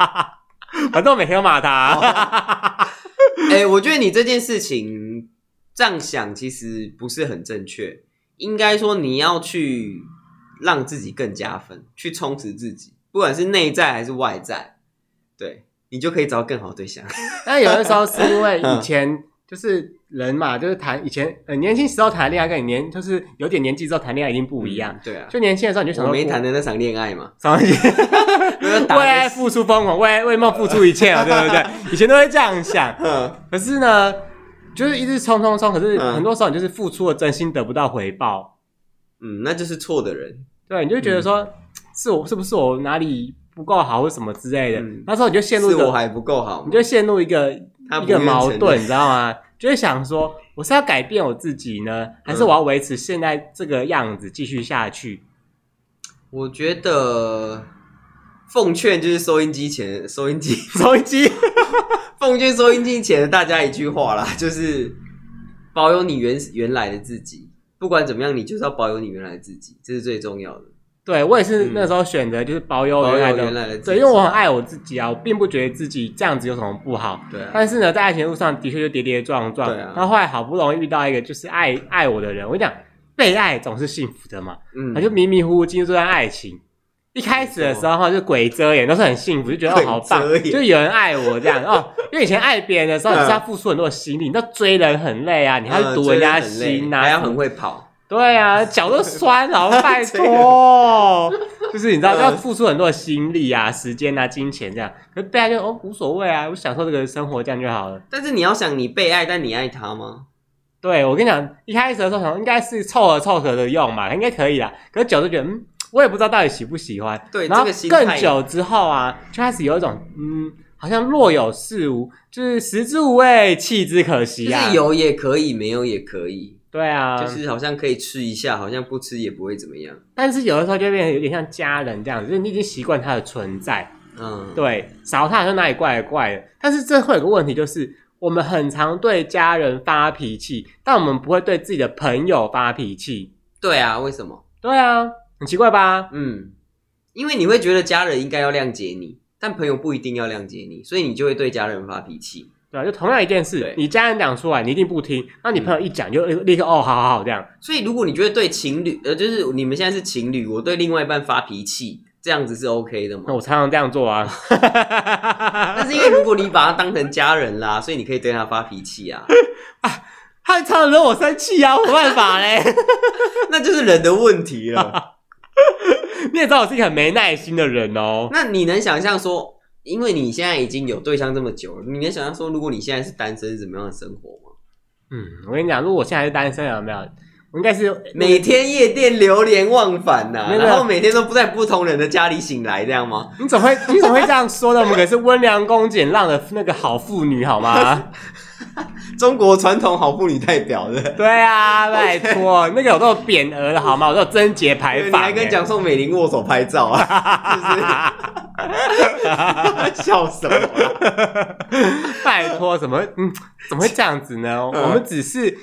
Speaker 2: 反正我每天都骂
Speaker 1: 哦
Speaker 2: 他。 [LAUGHS]
Speaker 1: 哎、我觉得你这件事情这样想其实不是很正确，应该说你要去让自己更加分，去充实自己，不管是内在还是外在，对你就可以找到更好的对象。
Speaker 2: 但有的时候是因为
Speaker 1: 嗯 [LAUGHS]
Speaker 2: 以前就是人嘛，就是谈以前呃年轻时候谈恋爱，跟你年就是有点年纪之后谈恋爱一定不一样。
Speaker 1: 嗯 [LAUGHS] 对啊，
Speaker 2: 就年轻的时候你就想
Speaker 1: 我
Speaker 2: 说
Speaker 1: 没
Speaker 2: 不
Speaker 1: 谈的那场恋爱嘛，
Speaker 2: 什么
Speaker 1: [LAUGHS]
Speaker 2: 意思？
Speaker 1: 就是打
Speaker 2: 为爱付出疯狂，为为梦付出
Speaker 1: [LAUGHS]
Speaker 2: 一切嘛，啊对不对？以前都会这样想，
Speaker 1: 嗯
Speaker 2: 可是呢，就是一直冲冲冲，可是
Speaker 1: 嗯
Speaker 2: 很多时候你就是付出了真心得不到回报，
Speaker 1: 嗯，那就是错的人。
Speaker 2: 对，你就觉得
Speaker 1: 嗯
Speaker 2: 说、是我是不是我哪里不够好或什么之类的，
Speaker 1: 嗯
Speaker 2: 那时候你就陷入一
Speaker 1: 是我
Speaker 2: 个，
Speaker 1: 还不够好
Speaker 2: 你
Speaker 1: 吗？
Speaker 2: 就陷入一个
Speaker 1: 他
Speaker 2: 一
Speaker 1: 不
Speaker 2: 个
Speaker 1: 愿
Speaker 2: 矛
Speaker 1: 承
Speaker 2: 盾，
Speaker 1: 认
Speaker 2: 你知道吗？就会想说，我是要改变我自己
Speaker 1: 嗯
Speaker 2: 呢，还是我要维持现在这个样子继续
Speaker 1: [LAUGHS]
Speaker 2: 下去？
Speaker 1: 我觉得奉劝就是收音机前收音机
Speaker 2: 收音
Speaker 1: 嗯
Speaker 2: 机，
Speaker 1: 奉劝收音机前的大家一句话啦， [LAUGHS] 就是保有你原原来的自己，不管怎么样，你就是要保有你原来的自己，这是最重要的。
Speaker 2: 对我也是
Speaker 1: 嗯
Speaker 2: 那时候选择就是保有
Speaker 1: 保有
Speaker 2: 哦原来的
Speaker 1: 原来的自己，
Speaker 2: 对，因为我很爱我自己啊，我并不觉得自己这样子有什么不好。
Speaker 1: 对啊
Speaker 2: 但是呢，在爱情路上的确就跌跌撞撞，
Speaker 1: 对啊
Speaker 2: 然后后来好不容易遇到一个就是爱爱我的人，我跟你讲，被爱总是幸福的嘛，
Speaker 1: 嗯
Speaker 2: 我就迷迷糊糊进入这段爱情。一开始的时候哈，就鬼遮眼，都是很幸福，就觉得哦
Speaker 1: 鬼
Speaker 2: 好棒
Speaker 1: 遮，眼
Speaker 2: 就是有人爱我这样哦。因为以前爱别人的时候，你是要付出很多的心力，你知道追人很累啊，你还要
Speaker 1: 嗯
Speaker 2: 读人家
Speaker 1: 真的很累
Speaker 2: 心啊呐、
Speaker 1: 还要很会跑。
Speaker 2: 对啊，脚都酸了，拜
Speaker 1: [LAUGHS]
Speaker 2: 托，就是你知道
Speaker 1: 嗯
Speaker 2: 要付出很多的心力啊、时间啊、金钱这样，可是贝爱就哦无所谓啊，我享受这个生活这样就好了。
Speaker 1: 但是你要想，你被爱，但你爱他吗？
Speaker 2: 对我跟你讲，一开始的时候想说应该是凑合凑合的用嘛，应该可以啦。可是久就觉得嗯，我也不知道到底喜不喜欢。
Speaker 1: 对
Speaker 2: 然后
Speaker 1: 这个心态
Speaker 2: 更久之后啊，就开始有一种嗯，好像若有似无，就是食之无味，弃之可惜
Speaker 1: 就
Speaker 2: 啊。
Speaker 1: 是有也可以，没有也可以，
Speaker 2: 对啊，
Speaker 1: 就是好像可以吃一下，好像不吃也不会怎么样。
Speaker 2: 但是有的时候就变得有点像家人这样子，就是你已经习惯他的存在。
Speaker 1: 嗯，
Speaker 2: 对，少他好像哪里怪怪的。但是这会有个问题，就是我们很常对家人发脾气，但我们不会对自己的朋友发脾气。
Speaker 1: 对啊，为什么？
Speaker 2: 对啊，很奇怪吧？
Speaker 1: 嗯，因为你会觉得家人应该要谅解你，但朋友不一定要谅解你，所以你就会对家人发脾气。
Speaker 2: 对啊，就同样一件事
Speaker 1: 对，
Speaker 2: 你家人讲出来，你一定不听；那你朋友一讲，就立刻哦，好
Speaker 1: 嗯
Speaker 2: 好好这样。
Speaker 1: 所以，如果你觉得对情侣，呃，就是你们现在是情侣，我对另外一半发脾气，这样子是 OK 的嘛
Speaker 2: 那？我常常这样做啊。 [LAUGHS]
Speaker 1: 但是因为如果你把他当成家人啦，所以你可以对他发脾气
Speaker 2: [LAUGHS]
Speaker 1: 啊，
Speaker 2: 他常常惹我生气啊，我没办法嘞。 [LAUGHS]
Speaker 1: 那就是人的问题了。
Speaker 2: 你也知道我是一个很没耐心的人哦。
Speaker 1: 那你能想象说，因为你现在已经有对象这么久了，你能想象说，如果你现在是单身是怎么样的生活吗？
Speaker 2: 嗯，我跟你讲，如果我现在是单身，有没有？我应该是
Speaker 1: 每天夜店流连忘返呐、
Speaker 2: 没有
Speaker 1: 然后每天都不在不同人的家里醒来，这样吗？
Speaker 2: 你怎么会你怎么会这样说呢？我们可是温良恭俭让的那个好妇女，
Speaker 1: [LAUGHS]
Speaker 2: 好吗？
Speaker 1: 中国传统好妇女代表的。
Speaker 2: 对啊，拜
Speaker 1: [LAUGHS]
Speaker 2: 托，那个我都有匾额的好吗？我都有贞洁牌
Speaker 1: 对你
Speaker 2: 坊、欸
Speaker 1: 还跟蒋宋美龄握手拍照
Speaker 2: [LAUGHS]
Speaker 1: 啊？是不是？,笑什么啊、
Speaker 2: 欸拜托，怎么会嗯怎么会这样子呢？
Speaker 1: [LAUGHS] 嗯
Speaker 2: 我们只是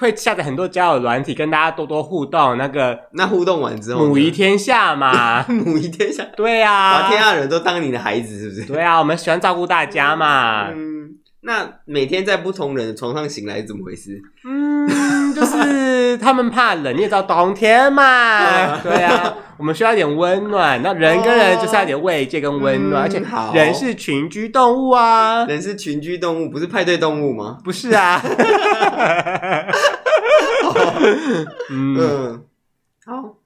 Speaker 2: 会下载很多交友软体，跟大家多多互动，那个
Speaker 1: 那互动完之后呢，。
Speaker 2: 母仪天下嘛
Speaker 1: [LAUGHS] 母仪天下，
Speaker 2: 对
Speaker 1: 把
Speaker 2: 啊，
Speaker 1: 天下人都当你的孩子，是不是？
Speaker 2: 对啊，我们喜欢照顾大家嘛。
Speaker 1: 嗯，那每天在不同人的床上醒来是怎么回事？
Speaker 2: 嗯，就是他们怕冷，你也知道冬天嘛，对啊，我们需要一点温暖。那人跟人就是要一点慰藉跟温暖，
Speaker 1: 嗯
Speaker 2: 而且
Speaker 1: 好
Speaker 2: 人是群居动物啊，
Speaker 1: 人是群居动物，不是派对动物吗？
Speaker 2: 不是啊。嗯，
Speaker 1: 嗯，好，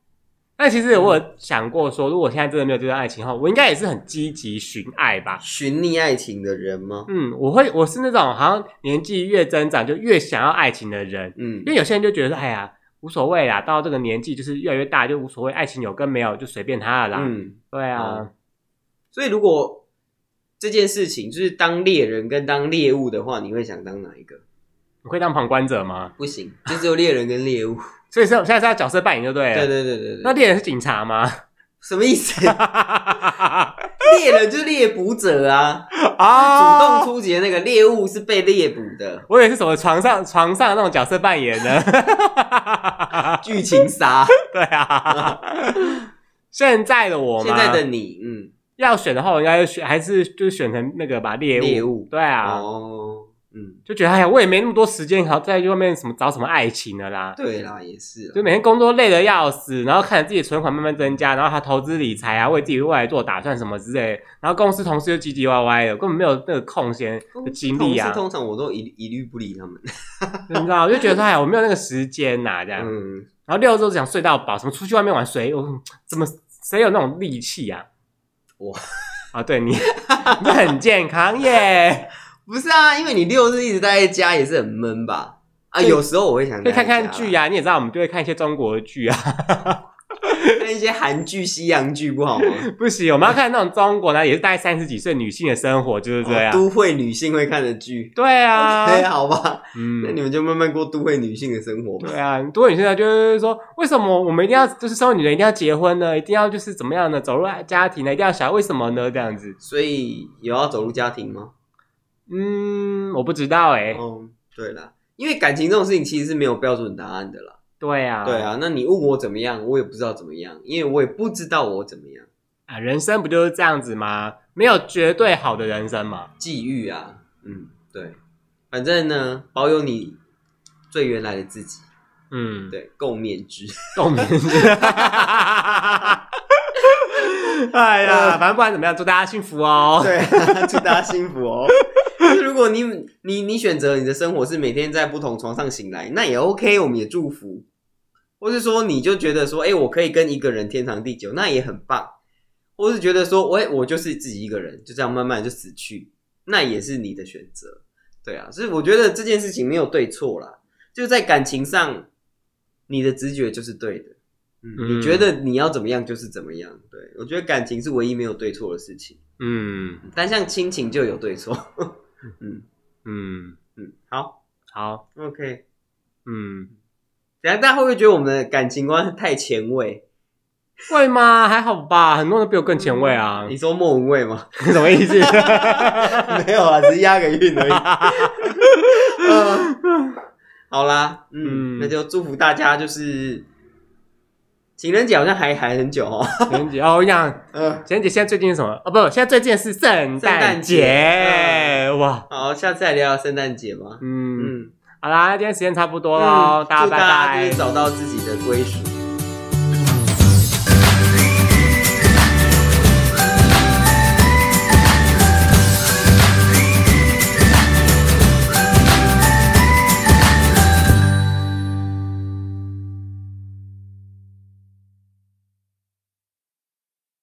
Speaker 2: 那其实我有想过说，如果我现在真的没有这段爱情后，我应该也是很积极寻爱吧。
Speaker 1: 寻觅爱情的人吗？
Speaker 2: 嗯，我会，我是那种好像年纪越增长就越想要爱情的人，
Speaker 1: 嗯
Speaker 2: 因为有些人就觉得说，哎呀，无所谓啦，到这个年纪就是越来越大就无所谓，爱情有跟没有就随便他了啦。
Speaker 1: 嗯，
Speaker 2: 对啊
Speaker 1: 嗯，所以如果这件事情就是当猎人跟当猎物的话，你会想当哪一个？
Speaker 2: 你会当旁观者吗？
Speaker 1: 不行，就只有猎人跟猎物。
Speaker 2: 所以是现在是要角色扮演就对了。啊
Speaker 1: 对对对对对，
Speaker 2: 那猎人是警察吗？ [LAUGHS]
Speaker 1: 什么意思？ [LAUGHS]
Speaker 2: 啊，
Speaker 1: 猎人就是猎捕者啊，主动
Speaker 2: 主。
Speaker 1: 出击的那个猎物是被猎捕的，
Speaker 2: 我以为是什么床上床上那种角色扮演呢？ [LAUGHS] 啊
Speaker 1: [LAUGHS] 剧情杀。
Speaker 2: 对啊，现在的我
Speaker 1: 嗯 [LAUGHS] 现
Speaker 2: 吗？
Speaker 1: 在的你，嗯，
Speaker 2: 要选的话，我应该就选还是就是选成那个吧，猎物。
Speaker 1: 猎物
Speaker 2: 对啊，
Speaker 1: 哦，嗯，
Speaker 2: 就觉得哎呀，我也没那么多时间，好在外面什么找什么爱情的啦。
Speaker 1: 对啦，也是啊
Speaker 2: 就
Speaker 1: 啦，
Speaker 2: 每天工作累得要死，然后看着自己的存款慢慢增加，然后还投资理财啊，为自己未来做打算什么之类的，然后公司同事又唧唧歪歪的，根本没有那个空闲的精力啊
Speaker 1: 同事，通常我都一一律不理他们。
Speaker 2: 你知道？我就觉得说哎呀，我没有那个时间呐、这样。
Speaker 1: 嗯，
Speaker 2: 然后六日都想睡到饱，什么出去外面玩谁，我怎么谁有那种力气啊？
Speaker 1: 我
Speaker 2: 啊，对你，你很健
Speaker 1: [LAUGHS]
Speaker 2: 康耶，
Speaker 1: 不是啊，因为你六日一直待在家也是很闷吧？啊，
Speaker 2: 对
Speaker 1: 有时候我会想
Speaker 2: 可以看看
Speaker 1: 剧
Speaker 2: 剧啊，你也知道我们就会看一些中国剧啊，
Speaker 1: [LAUGHS] 看一些韩剧、西洋剧不
Speaker 2: [LAUGHS]
Speaker 1: 好吗？
Speaker 2: 不行，我们要看那种中国呢，也是大概三十几岁女性的生活就是这样。
Speaker 1: 哦都会女性会看的剧。
Speaker 2: 对
Speaker 1: [LAUGHS]
Speaker 2: 啊，
Speaker 1: 对，好吧，
Speaker 2: 嗯
Speaker 1: 那你们就慢慢过都会女性的生活吧。
Speaker 2: 对啊，多女现在就是说，为什么我们一定要就是身为女人一定要结婚呢？一定要就是怎么样呢？走入家庭呢？一定要有小孩，为什么呢？这样子，
Speaker 1: 所以有要走入家庭吗？
Speaker 2: 嗯，我不知道哎、
Speaker 1: 嗯，对啦，因为感情这种事情其实是没有标准答案的啦。
Speaker 2: 对啊，
Speaker 1: 对啊，那你问我怎么样，我也不知道怎么样，因为我也不知道我怎么样。
Speaker 2: 啊，人生不就是这样子吗？没有绝对好的人生嘛。
Speaker 1: 际遇啊，嗯，对，反正呢，保有你最原来的自己，
Speaker 2: 嗯，
Speaker 1: 对，共勉之。
Speaker 2: 共鸣。 [LAUGHS] 哎呀，反正不管怎么样，祝大家幸福哦。
Speaker 1: 对、 [LAUGHS] 祝大家幸福
Speaker 2: [LAUGHS]
Speaker 1: 哦。如果你你你选择你的生活是每天在不同床上醒来，那也 OK，我们也祝福。或是说你就觉得说，哎、我可以跟一个人天长地久，那也很棒。或是觉得说，喂、我就是自己一个人，就这样慢慢就死去，那也是你的选择。对啊，所以我觉得这件事情没有对错啦，就在感情上，你的直觉就是对的。嗯，
Speaker 2: 嗯
Speaker 1: 你觉得你要怎么样就是怎么样。对我觉得感情是唯一没有对错的事情。
Speaker 2: 嗯
Speaker 1: 但像亲情就有对错。 [LAUGHS]
Speaker 2: 嗯，
Speaker 1: 嗯，好
Speaker 2: 好，
Speaker 1: ，OK。
Speaker 2: 嗯，
Speaker 1: 等一下大家会不会觉得我们的感情观太前卫？
Speaker 2: 会吗？还好吧，很多人比我更前卫啊。
Speaker 1: 你说莫文蔚吗？
Speaker 2: [LAUGHS] 什么意思？
Speaker 1: [LAUGHS] 没有啊，只是押个韵 [LAUGHS] 而已。嗯好啦，嗯，
Speaker 2: 嗯
Speaker 1: 那就祝福大家，就是情人节好像还还很久哦。
Speaker 2: 情人节哦，我跟你讲，
Speaker 1: 嗯，
Speaker 2: 情人节现在最近是什么？哦，不，现在最近是圣诞
Speaker 1: 圣诞
Speaker 2: 节。哇，
Speaker 1: [LAUGHS] 好，下次来聊聊圣诞节吧。
Speaker 2: 嗯，
Speaker 1: 嗯，
Speaker 2: 好啦，今天时间差不多喽，大家
Speaker 1: 祝
Speaker 2: 拜
Speaker 1: 大家
Speaker 2: 拜
Speaker 1: 就是。找到自己的归属。